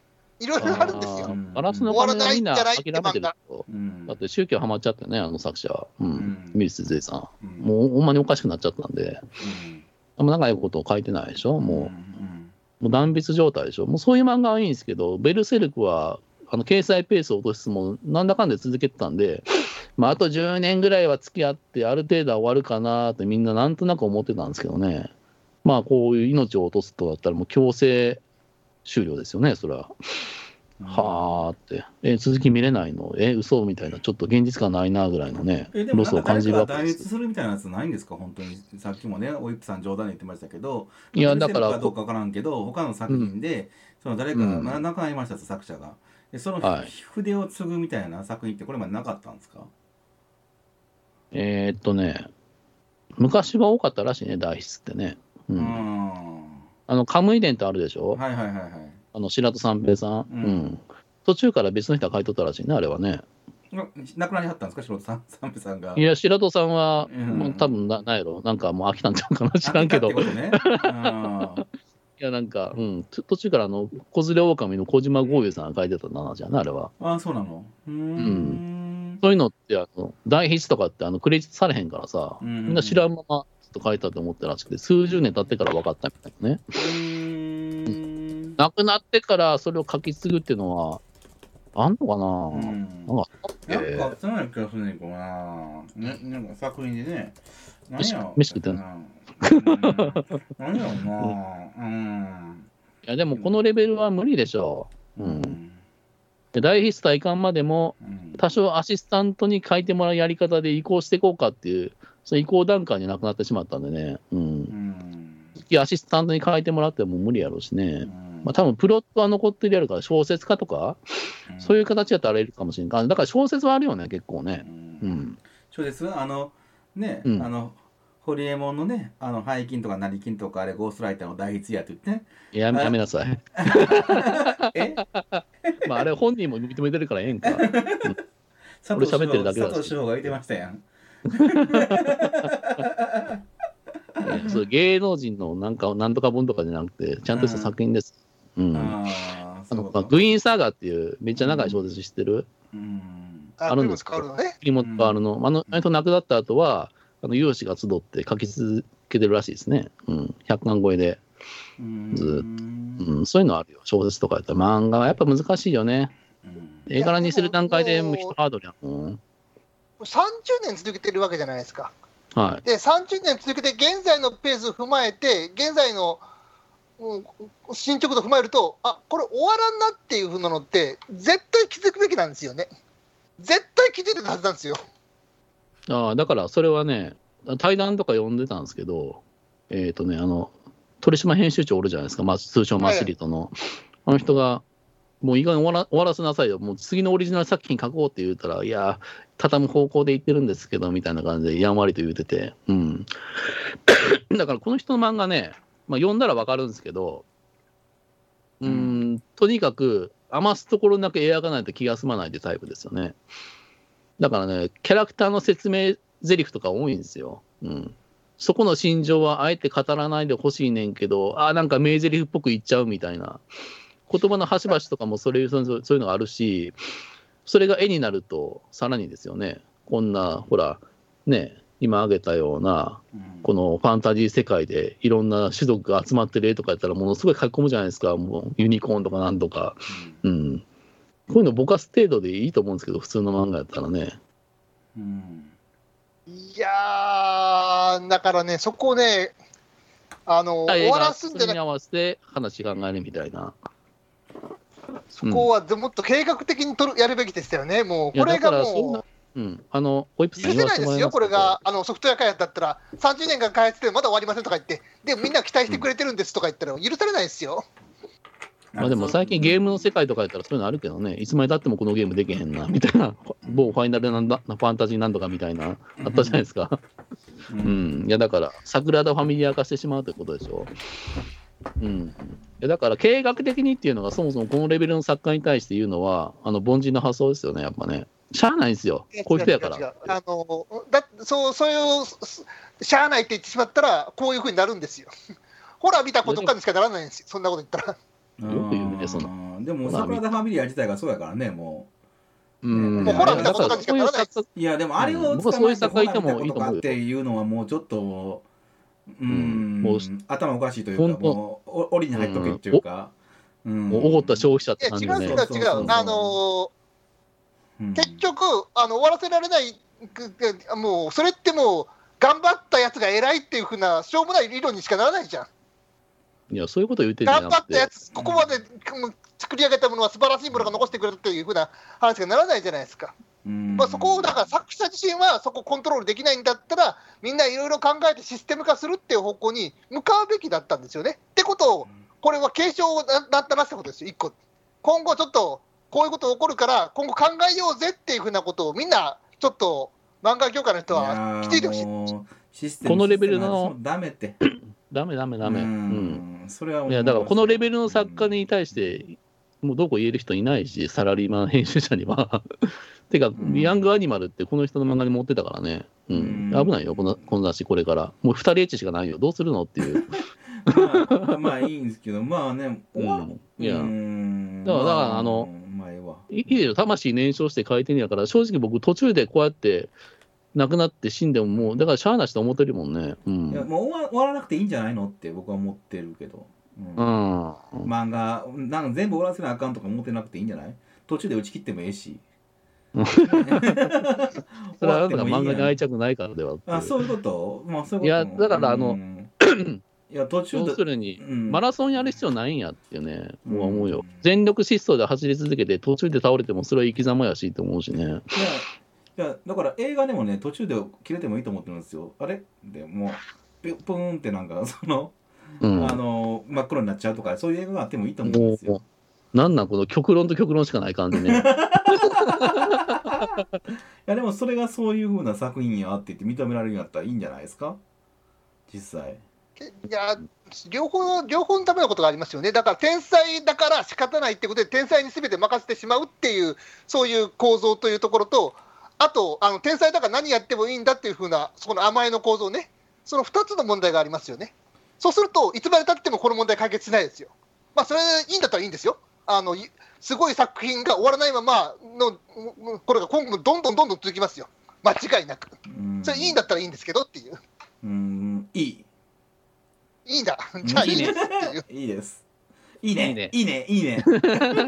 [SPEAKER 4] いろい ろあるんです
[SPEAKER 3] あ
[SPEAKER 4] よ。
[SPEAKER 3] ーガラスの仮面はみんな諦めてるよ。
[SPEAKER 2] たうん
[SPEAKER 3] だって宗教ハマっちゃってね、あの作者は。う。
[SPEAKER 2] うんん
[SPEAKER 3] ミス・ゼイさ
[SPEAKER 2] うん
[SPEAKER 3] ん。もうほんまにおかしくなっちゃったんで、
[SPEAKER 2] うん
[SPEAKER 3] あんま長いことを書いてないでしょ、もう。
[SPEAKER 2] うん
[SPEAKER 3] もう断筆状態でしょ。もうそういう漫画はいいんですけど、ベルセルクは、あの、掲載ペースを落としつつも、なんだかんだ続けてた んで、まあ、あと10年ぐらいは付き合って、ある程度は終わるかなってみんななんとなく思ってたんですけどね。まあ、こういう命を落とすとだったら、もう強制終了ですよね、それは。
[SPEAKER 2] うん
[SPEAKER 3] はーって。え、続き見れないのえ、嘘みたいな、ちょっと現実感ないな、ぐらいのね、
[SPEAKER 2] えでもな
[SPEAKER 3] ロ
[SPEAKER 2] ん
[SPEAKER 3] ス
[SPEAKER 2] か
[SPEAKER 3] を感
[SPEAKER 2] 誰
[SPEAKER 3] じる
[SPEAKER 2] か
[SPEAKER 3] わ
[SPEAKER 2] が
[SPEAKER 3] け
[SPEAKER 2] 代
[SPEAKER 3] です
[SPEAKER 2] 筆。するみたいなやつないんですか本当にさっきもねおいっぷさん冗談で言ってましたけど
[SPEAKER 3] いや、だか
[SPEAKER 2] 誰
[SPEAKER 3] ら
[SPEAKER 2] のせいかどう、かわからんけど他の作品で、その誰か
[SPEAKER 3] うん
[SPEAKER 2] な亡くなりましたって作者がでその
[SPEAKER 3] はい
[SPEAKER 2] 筆を継ぐみたいな作品ってこれまでなかったんですか、
[SPEAKER 3] えーっとね、昔は多かったらしいね、代筆ってね。う。
[SPEAKER 2] うんん
[SPEAKER 3] あの、カムイ伝ってあるでしょ
[SPEAKER 2] はいはいはいはい
[SPEAKER 3] あの白戸三平さん、
[SPEAKER 2] う
[SPEAKER 3] うんん途中から別の人が書いとったらしいね、あれはね。
[SPEAKER 2] な亡くなりはったんですか白田さん三平さんが
[SPEAKER 3] いや、白戸さんは、
[SPEAKER 2] うん
[SPEAKER 3] もう多分ななんやろ、なんかもう飽きたんちゃうかな、知らんけど
[SPEAKER 2] あ、来たってことね
[SPEAKER 3] や、なんか、うん、ちょ途中からあの、子連れ狼の小島豪雄さんが書いてたな、じゃあな、あれは。
[SPEAKER 2] ああ、そうなの。うーん。
[SPEAKER 3] そういうのって、あの、大筆とかって、あの、クレジットされへんからさ、
[SPEAKER 2] うんうん
[SPEAKER 3] みんな知らんまま、ちょっと書いたと思ったらしくて、数十年経ってから分かったみたいなね。
[SPEAKER 2] うーん。
[SPEAKER 3] 亡くなってからそれを書き継ぐっていうのは、あんのかな、
[SPEAKER 2] うん
[SPEAKER 3] なんか、
[SPEAKER 2] なんかあったような気がするねんけどな。ね、なんか作品でね。何やろ
[SPEAKER 3] 飯食ってん
[SPEAKER 2] な。何やろな。うん。
[SPEAKER 3] いや、でもこのレベルは無理でしょう。う。
[SPEAKER 2] うんん。
[SPEAKER 3] で大筆体感までも、
[SPEAKER 2] うん
[SPEAKER 3] 多少アシスタントに書いてもらうやり方で移行していこうかっていう、その移行段階になくなってしまったんでね、うん。次アシスタントに書いてもらっても無理やろうしね。まあ多分プロットは残ってるやろから小説家とか、そう
[SPEAKER 2] い
[SPEAKER 3] いう形だったらいるかもしれんから、だから小説はあるよね、結構ね。う
[SPEAKER 2] うん。
[SPEAKER 3] ん。
[SPEAKER 2] そうです。あの、ね、あ
[SPEAKER 3] うん
[SPEAKER 2] の、ホリエモンのね、あの、背筋とか成筋とか、あれ、ゴーストライターの第一やって言 ってね。
[SPEAKER 3] やめやめなさ い。
[SPEAKER 2] え
[SPEAKER 3] まああれ本人も認めてるからええんか。
[SPEAKER 2] 佐
[SPEAKER 3] 俺
[SPEAKER 2] 藤
[SPEAKER 3] 喋ってるだけだし
[SPEAKER 2] 佐藤志郎が言ってましたやん。
[SPEAKER 3] ねそう芸能人のなんか、なんとか本とかじゃなくて、ちゃんとした作品です。うん。あ
[SPEAKER 2] ああ、そう
[SPEAKER 3] の
[SPEAKER 2] いう
[SPEAKER 3] ま
[SPEAKER 2] こ
[SPEAKER 3] あ
[SPEAKER 2] と
[SPEAKER 3] グイーンサーガっていう、めっちゃ長い小説知ってる
[SPEAKER 2] うん。
[SPEAKER 4] あ
[SPEAKER 3] あるんです
[SPEAKER 4] クリムス変わるのね。
[SPEAKER 3] 栗本薫の、あの、あれと亡くなった後は、あの、有志が集って書き続けてるらしいですね。うん。100巻超えで。
[SPEAKER 2] うん
[SPEAKER 3] ずー
[SPEAKER 2] うん
[SPEAKER 3] うん。そういうのあるよ。小説とかやったら。漫画はやっぱ難しいよね。
[SPEAKER 2] うん
[SPEAKER 3] 絵柄にする段階で
[SPEAKER 4] いやで
[SPEAKER 3] も
[SPEAKER 4] も
[SPEAKER 3] う一ハードルやもん。
[SPEAKER 4] 30年続けてるわけじゃないですか。
[SPEAKER 3] は
[SPEAKER 4] で、30年続けて、現在のペースを踏まえて、現在の、うん、進捗度踏まえると、あこれ終わらんなっていうふうなのって、絶対気づくべきなんですよね。絶対気づいてるはずなんですよ。
[SPEAKER 3] い。ああ、だからそれはね、対談とか読んでたんですけど、えっ、とね、あの、鳥島編集長おるじゃないですか。まあ、通称マスリートの。あの人が、もういい加減終わら終わらせなさいよ。もう次のオリジナル作品書こうって言ったら、いや、畳む方向で言ってるんですけど、みたいな感じでやんわりと言うてて。うん。だからこの人の漫画ね、まあ、読んだらわかるんですけど、うーん、とにかく余すところなく描かないと気が済まないってタイプですよね。だからね、キャラクターの説明台詞とか多いんですよ。うん。そこの心情はあえて語らないでほしいねんけど、ああ、なんか名台詞っぽく言っちゃうみたいな。言葉の端々とかもそれそうそうそういうのがあるし、それが絵になるとさらにですよね。こんな、ほら、ね、今挙げたような、このファンタジー世界でいろんな種族が集まってる絵とかやったらものすごい書き込むじゃないですかもうユニコーンとかなんとか、うん、こういうのぼかす程度でいいと思うんですけど普通の漫画やったらね
[SPEAKER 2] うん
[SPEAKER 4] いやー、だからね、そこをね、あの終わらすんじゃ
[SPEAKER 3] そ
[SPEAKER 4] な
[SPEAKER 3] れに
[SPEAKER 4] く
[SPEAKER 3] 合わせて話考えるみたいな
[SPEAKER 4] そこはもっと計画的に取るやるべきでしたよね、もう、
[SPEAKER 3] いや
[SPEAKER 4] これ
[SPEAKER 3] だか
[SPEAKER 4] が
[SPEAKER 3] らそんな
[SPEAKER 4] も
[SPEAKER 3] うんあのホイップ
[SPEAKER 4] う、
[SPEAKER 3] さ
[SPEAKER 4] 許
[SPEAKER 3] ん
[SPEAKER 4] せ
[SPEAKER 3] 言わ
[SPEAKER 4] ない
[SPEAKER 3] せて
[SPEAKER 4] で
[SPEAKER 3] もらいま
[SPEAKER 4] すよ、
[SPEAKER 3] す
[SPEAKER 4] これがあのソフトウェア開発だったら、30年間開発して、まだ終わりませんとか言って、でみんな期待してくれてるんですとか言ったら、許されないですよ。
[SPEAKER 3] まあでも最近ゲームの世界とかやったらそういうのあるけどねいつまでたってもこのゲームできへんなみたいな某ファイナルなんだファンタジーなんとかみたいなあったじゃないですか
[SPEAKER 2] う
[SPEAKER 3] うんん、いやだから、桜田ファミリア化してしまうということでしょ。うん、いやだから、計画的にっていうのが、そもそもこのレベルの作家に対して言うのは、あの凡人の発想ですよね、やっぱね。しゃあないんですよ
[SPEAKER 4] 違う、
[SPEAKER 3] こういう人やか
[SPEAKER 4] 違う違う
[SPEAKER 3] ら。
[SPEAKER 4] あのだそうそういうすしゃあないって言ってしまったら、こういうふうになるんですよ。 ほら、見たことかにしかならないんですよ、そんなこと言っ たら。
[SPEAKER 3] よく言うねそ
[SPEAKER 2] んでも桜田ファミリア自体がそうやからねも
[SPEAKER 3] うん、
[SPEAKER 2] もう
[SPEAKER 3] だ
[SPEAKER 2] ほら
[SPEAKER 3] から、そういう作家
[SPEAKER 2] ういやでもあれを
[SPEAKER 3] 僕はそういう作家いてもいいと思うよ
[SPEAKER 2] こんなん見たことかっていうのはもうちょっとう
[SPEAKER 3] うん
[SPEAKER 2] ん
[SPEAKER 3] もう
[SPEAKER 2] 頭おかしいという
[SPEAKER 3] 本
[SPEAKER 2] か
[SPEAKER 3] 当
[SPEAKER 2] もうお檻に入っとけっていうかうん
[SPEAKER 3] もうおごった消費者っ
[SPEAKER 4] い
[SPEAKER 3] て
[SPEAKER 4] や、
[SPEAKER 3] 感
[SPEAKER 4] 違
[SPEAKER 3] じでね
[SPEAKER 4] う違う違う、。
[SPEAKER 2] そうそうそう
[SPEAKER 4] あの
[SPEAKER 2] うん
[SPEAKER 4] 結局あの、終わらせられない、くくもうそれってもう、頑張ったやつが偉いっていうふうな、しょうもない理論にしかならないじゃん。
[SPEAKER 3] いや、そういうこと言ってんじゃ
[SPEAKER 4] 頑張
[SPEAKER 3] な
[SPEAKER 4] っ
[SPEAKER 3] く
[SPEAKER 4] たや
[SPEAKER 3] て、
[SPEAKER 4] つ、ここまでもう作り上げたものは素晴らしいものが残してくれるっていうふうな話がならないじゃないですか。
[SPEAKER 2] うん
[SPEAKER 4] まあ、そこをだから作者自身はそこをコントロールできないんだったら、みんないろいろ考えてシステム化するっていう方向に向かうべきだったんですよね。ってことを、これは警鐘をななったなってことですよ、一個。今後ちょっとこういうこと起こるから、今後考えようぜっていうふうなことをみんなちょっと漫画業界の人はきついてほしい。
[SPEAKER 2] もうシステム
[SPEAKER 3] このレベルの
[SPEAKER 2] システム話もダメって
[SPEAKER 3] ダメダメダ
[SPEAKER 2] ダ
[SPEAKER 3] メ。う
[SPEAKER 2] ん
[SPEAKER 3] ん。
[SPEAKER 2] それはい
[SPEAKER 3] や、だからこのレベルの作家に対して、もうどうこう言える人いないし、サラリーマン編集者には。 てか、
[SPEAKER 2] ん
[SPEAKER 3] ヤングアニマルってこの人の漫画に持ってたからね。うん。
[SPEAKER 2] うん
[SPEAKER 3] 危ないよ、このこの雑誌これから。もう二人エッチしかないよ。どうするのっていう。
[SPEAKER 2] まあ、まあいいんですけど、まあね、
[SPEAKER 3] う
[SPEAKER 2] 終わる
[SPEAKER 3] ん。いや
[SPEAKER 2] うー、ん
[SPEAKER 3] だからだからあの、
[SPEAKER 2] まあええわ
[SPEAKER 3] いいいでしょ、魂燃焼して回転やから、正直僕、途中でこうやって亡くなって死んでも、もう、だからしゃあなしと思ってるもんね。う
[SPEAKER 2] いや
[SPEAKER 3] ん。
[SPEAKER 2] もう終わ終わらなくていいんじゃないのって僕は思ってるけど、うん
[SPEAKER 3] うん。
[SPEAKER 2] 漫画なんか全部終わらせなあかんとか思ってなくていいんじゃない途中で打ち切ってもええ し
[SPEAKER 3] それはだから
[SPEAKER 2] 終わっ
[SPEAKER 3] 漫
[SPEAKER 2] てもいい
[SPEAKER 3] 画に
[SPEAKER 2] やん
[SPEAKER 3] 愛着ないからではって
[SPEAKER 2] あそういうことまあそういうこと
[SPEAKER 3] いやだからあの
[SPEAKER 2] うん いや途中
[SPEAKER 3] 要
[SPEAKER 2] です
[SPEAKER 3] るに、
[SPEAKER 2] うん
[SPEAKER 3] マラソンやる必要ないんやってね、
[SPEAKER 2] うん
[SPEAKER 3] 僕は思うよ
[SPEAKER 2] うん。
[SPEAKER 3] 全力疾走で走り続けて、途中で倒れても、それは生き様やしって思うし
[SPEAKER 2] い
[SPEAKER 3] ね。
[SPEAKER 2] やいやだから映画でもね途中で切れてもいいと思ってるんですよあれでもうピュプーンってなんかその、
[SPEAKER 3] うん
[SPEAKER 2] あ。の真っ黒になっちゃうとかそういう映画があってもいいと思うんですよ
[SPEAKER 3] もう、なんなんこの極論と極論しかない感じね。
[SPEAKER 2] いやでもそれがそういうふうな作品やって言って認められるんやったらいいんじゃないですか実際
[SPEAKER 4] けいや両方両方のためのことがありますよね、だから天才だから仕方ないってことで、天才にすべて任せてしまうっていう、そういう構造というところと、あと、あの天才だから何やってもいいんだっていうふうな、そこの甘えの構造ね、その2つの問題がありますよね、そうすると、いつまでたってもこの問題解決しないですよ、まあ、それいいんだったらいいんですよ。あのいすごい作品が終わらないままの、うんこれが今後、どんどんどんどん続きますよ、間違いなく。
[SPEAKER 2] うん
[SPEAKER 4] それいいんだったらいいんですけどっていう、
[SPEAKER 2] うんいい
[SPEAKER 4] いいんだ、じゃあいいですっていう。
[SPEAKER 2] いいですいいね
[SPEAKER 3] い
[SPEAKER 2] いいねいいね
[SPEAKER 4] 僕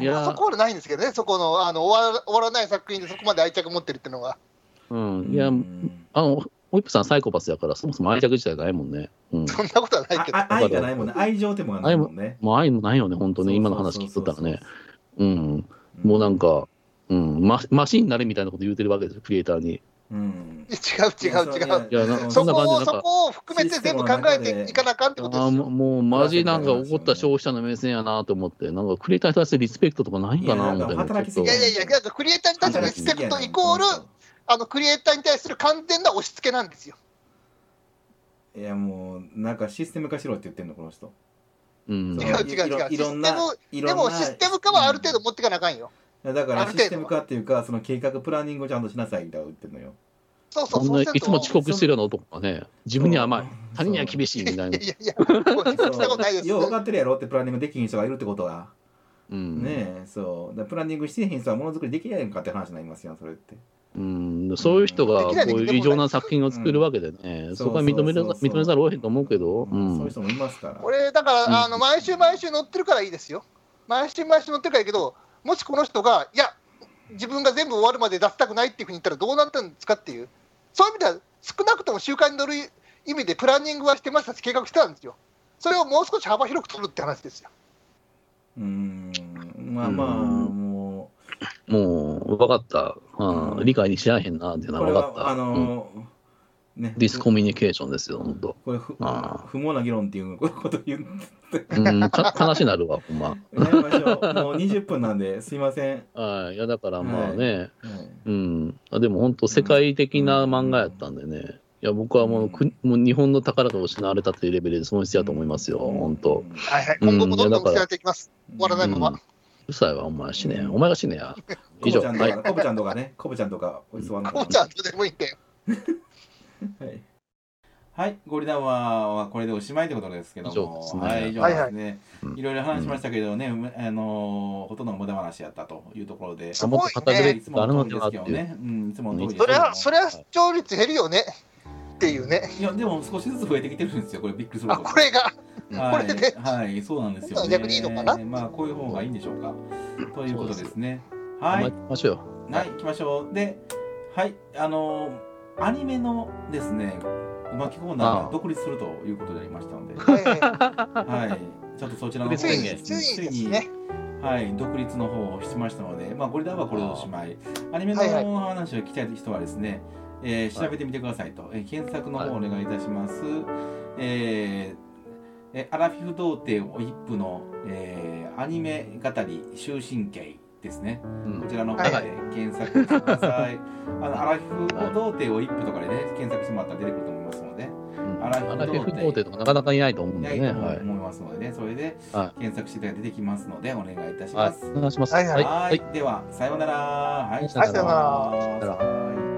[SPEAKER 3] いや
[SPEAKER 4] は
[SPEAKER 3] ー
[SPEAKER 4] そこはないんですけどね、そこのあの終わら終わらない作品でそこまで愛着持ってるっていうのは、
[SPEAKER 3] うん。いや
[SPEAKER 2] う、ん
[SPEAKER 3] あの、ホイップさんサイコパスやから、そもそも愛着自体ないもんね。うん。
[SPEAKER 4] そんなことはない
[SPEAKER 2] あ
[SPEAKER 4] けど、
[SPEAKER 2] あ愛がないもんね愛情ってもんがないもんね
[SPEAKER 3] もう愛もないよね、本当ね、今の話聞いとったらね。うん。もうなんか、うん、ママシンになれみたいなこと言うてるわけですよ、クリエイターに。
[SPEAKER 2] うん
[SPEAKER 4] 違う違う違う、
[SPEAKER 3] いやな
[SPEAKER 4] そ
[SPEAKER 3] んな感じな
[SPEAKER 4] こを
[SPEAKER 3] んか
[SPEAKER 4] そこを含めて全部考えていかなあかんって
[SPEAKER 3] あ
[SPEAKER 4] こと
[SPEAKER 3] ーも
[SPEAKER 4] ですよ
[SPEAKER 3] う、もうマジなんか怒った消費者の目線やなと思って、なんかクリエイターに対するリスペクトとかないんかな思って
[SPEAKER 2] いや働
[SPEAKER 3] ね、
[SPEAKER 2] き
[SPEAKER 3] ち
[SPEAKER 2] す
[SPEAKER 3] ょ
[SPEAKER 2] ぎ
[SPEAKER 3] っ
[SPEAKER 4] い
[SPEAKER 3] と
[SPEAKER 4] やいやいや、だからクリエイターに対するリスペクトイコール、あのクリエイターに対する完全な押し付けなんですよ。
[SPEAKER 2] いやもうなんかシステム化しろって言ってんのこの人
[SPEAKER 3] うん
[SPEAKER 4] 違う違う違う
[SPEAKER 2] いろんないろんな
[SPEAKER 4] シでもシステム化はある程度持っていかなあかんよ。
[SPEAKER 2] 度だか
[SPEAKER 4] あ
[SPEAKER 2] らシ
[SPEAKER 4] る程度
[SPEAKER 2] ステム化っていうかその計画プランニングをちゃんとしなさいみたいなこと言ってんのよ
[SPEAKER 4] そうそ
[SPEAKER 3] こ
[SPEAKER 4] うんそう
[SPEAKER 3] な
[SPEAKER 4] す
[SPEAKER 3] い
[SPEAKER 4] ると
[SPEAKER 3] つも遅刻してるような男がね、自分には甘い、他人には厳
[SPEAKER 2] し
[SPEAKER 3] しいみたい
[SPEAKER 4] い
[SPEAKER 3] な
[SPEAKER 4] や。いやいや、もうそんなことないです
[SPEAKER 2] よう分かってるやろってプランニングできひん人がいるってことは
[SPEAKER 3] うん
[SPEAKER 2] ねえそうだからプランニングしてへん人はものづくりできないんかって話になりますよそれって
[SPEAKER 3] うん、そういう人がこういう異常な作品を作るわけでね、そこは認める
[SPEAKER 2] そうそうそう
[SPEAKER 3] 認めざるを得へんと思うけど、う、
[SPEAKER 2] そういうん人もいますから
[SPEAKER 4] 俺だか
[SPEAKER 3] うん
[SPEAKER 4] らあの毎週毎週乗ってるからいいですよ毎週毎週乗ってるからいいけどもしこの人がいや自分が全部終わるまで出したくないっていうふうに言ったらどうなったんですかっていうそういう意味では少なくとも週間に乗る意味でプランニングはしてましたし計画してたんですよそれをもう少し幅広く取るって話ですよ
[SPEAKER 2] うーんまあまあ
[SPEAKER 3] うん
[SPEAKER 2] も
[SPEAKER 3] もう分かった、あー理解にし合えへんなっていう
[SPEAKER 2] う
[SPEAKER 3] の
[SPEAKER 2] こ
[SPEAKER 3] は
[SPEAKER 2] れ
[SPEAKER 3] 分かっ
[SPEAKER 2] は
[SPEAKER 3] た、
[SPEAKER 2] あのーね
[SPEAKER 3] うんディスコミュニケーションですよ、本当。
[SPEAKER 2] これふ
[SPEAKER 3] あ
[SPEAKER 2] 不毛な議論っていうこと言う
[SPEAKER 3] うん、か悲しなるわ、ほん
[SPEAKER 2] や
[SPEAKER 3] ま。
[SPEAKER 2] りましょうもう20分なんですいません、
[SPEAKER 3] はい、いやだからまあね、
[SPEAKER 2] はい
[SPEAKER 3] うん、あでも本当、世界的な漫画やったんでね、いや僕はもうくもう日本の宝が失われたっていうレベルで損失やと思いますよ、本当。
[SPEAKER 4] はいはい
[SPEAKER 3] うん
[SPEAKER 4] 今後もどんどん
[SPEAKER 3] いやだから
[SPEAKER 4] 伝えていき ます終わらないまま、
[SPEAKER 3] うんうるさいわ、お前死ねや。お前が死ねや。
[SPEAKER 2] コ
[SPEAKER 3] 以
[SPEAKER 2] ブ
[SPEAKER 3] 上。
[SPEAKER 2] ちゃんと
[SPEAKER 3] は
[SPEAKER 2] か
[SPEAKER 3] い。
[SPEAKER 2] コブちゃんとかねコブちゃんとかおいそわん
[SPEAKER 4] こうちゃんどうでもいいんだよ
[SPEAKER 2] はい、はい、ゴリラはこれでおしまいということですけど
[SPEAKER 3] 以上で
[SPEAKER 2] も、
[SPEAKER 3] すね
[SPEAKER 2] はい、以上ですね、
[SPEAKER 3] はい
[SPEAKER 2] いろいろ話しましたけどね、むあのーほとんど無駄話やったというところで、
[SPEAKER 3] あもっと語
[SPEAKER 4] すご
[SPEAKER 3] れ
[SPEAKER 4] い
[SPEAKER 2] い
[SPEAKER 3] る
[SPEAKER 2] つ
[SPEAKER 3] こと
[SPEAKER 2] も
[SPEAKER 3] ある
[SPEAKER 2] の
[SPEAKER 3] の
[SPEAKER 2] 通りで
[SPEAKER 3] では
[SPEAKER 2] す
[SPEAKER 3] って
[SPEAKER 2] けど
[SPEAKER 3] いう。
[SPEAKER 2] ね、うん、いつもの通りです
[SPEAKER 4] そ
[SPEAKER 2] け
[SPEAKER 4] れ
[SPEAKER 2] ども
[SPEAKER 4] はそれは視聴率減るよねっていうね
[SPEAKER 2] いやでも少しずつ増えてきてるんですよ、これびっくりする
[SPEAKER 4] あ
[SPEAKER 2] と
[SPEAKER 4] こ れが
[SPEAKER 2] は
[SPEAKER 4] これで
[SPEAKER 2] はい、はい、そうなんですよ、ね。
[SPEAKER 4] 逆にいいのかな
[SPEAKER 2] まあこういう方がいいんでしょうか。ということですね。はい
[SPEAKER 3] 頑張り、ましょうよ。
[SPEAKER 2] はい、行きましょう。で、はい、あのーアニメのですね、巻きコーナー
[SPEAKER 3] あ
[SPEAKER 2] が
[SPEAKER 3] あ
[SPEAKER 2] 独立するということでありました ので、
[SPEAKER 4] はいは
[SPEAKER 2] はい、ちょっとそちらの
[SPEAKER 4] い
[SPEAKER 2] 方
[SPEAKER 4] つ
[SPEAKER 2] で
[SPEAKER 4] い
[SPEAKER 2] で
[SPEAKER 4] に
[SPEAKER 2] す
[SPEAKER 4] つい
[SPEAKER 2] ね
[SPEAKER 4] にですね
[SPEAKER 2] はい、独立の方をしましたので、まあ、ゴリラはこれでおしまい。アニメ
[SPEAKER 4] はいはい
[SPEAKER 2] の話を聞きたい人はですね、えー調べてみてくださいと、えー検索の方お願いいたします。えーえアラフィフ童貞オイップの、えーアニメ語り終身刑ですね。こちらの方
[SPEAKER 4] は
[SPEAKER 2] で検索してください。 あのアラフィフ童貞を一歩とかでね、検索してもらったら出てくると思いますので、
[SPEAKER 3] うん。
[SPEAKER 2] ア
[SPEAKER 3] ア
[SPEAKER 2] ラ
[SPEAKER 3] ラ
[SPEAKER 2] フ
[SPEAKER 3] フ
[SPEAKER 2] ィフ
[SPEAKER 3] ィフ皇帝とかなかなかいないと思うん
[SPEAKER 2] な
[SPEAKER 3] で
[SPEAKER 2] い
[SPEAKER 3] ね。
[SPEAKER 2] と
[SPEAKER 3] はい。
[SPEAKER 2] 思いますのでね、それで
[SPEAKER 3] は
[SPEAKER 2] 検索していただいて出てきますので、お願いいたし
[SPEAKER 3] は
[SPEAKER 2] ま
[SPEAKER 3] い
[SPEAKER 2] す。。
[SPEAKER 3] お願いします。
[SPEAKER 4] は
[SPEAKER 3] はいい。
[SPEAKER 4] は
[SPEAKER 2] は
[SPEAKER 3] はいい。
[SPEAKER 2] では、さようなら。はい、
[SPEAKER 3] はいさようなら
[SPEAKER 2] さようならはい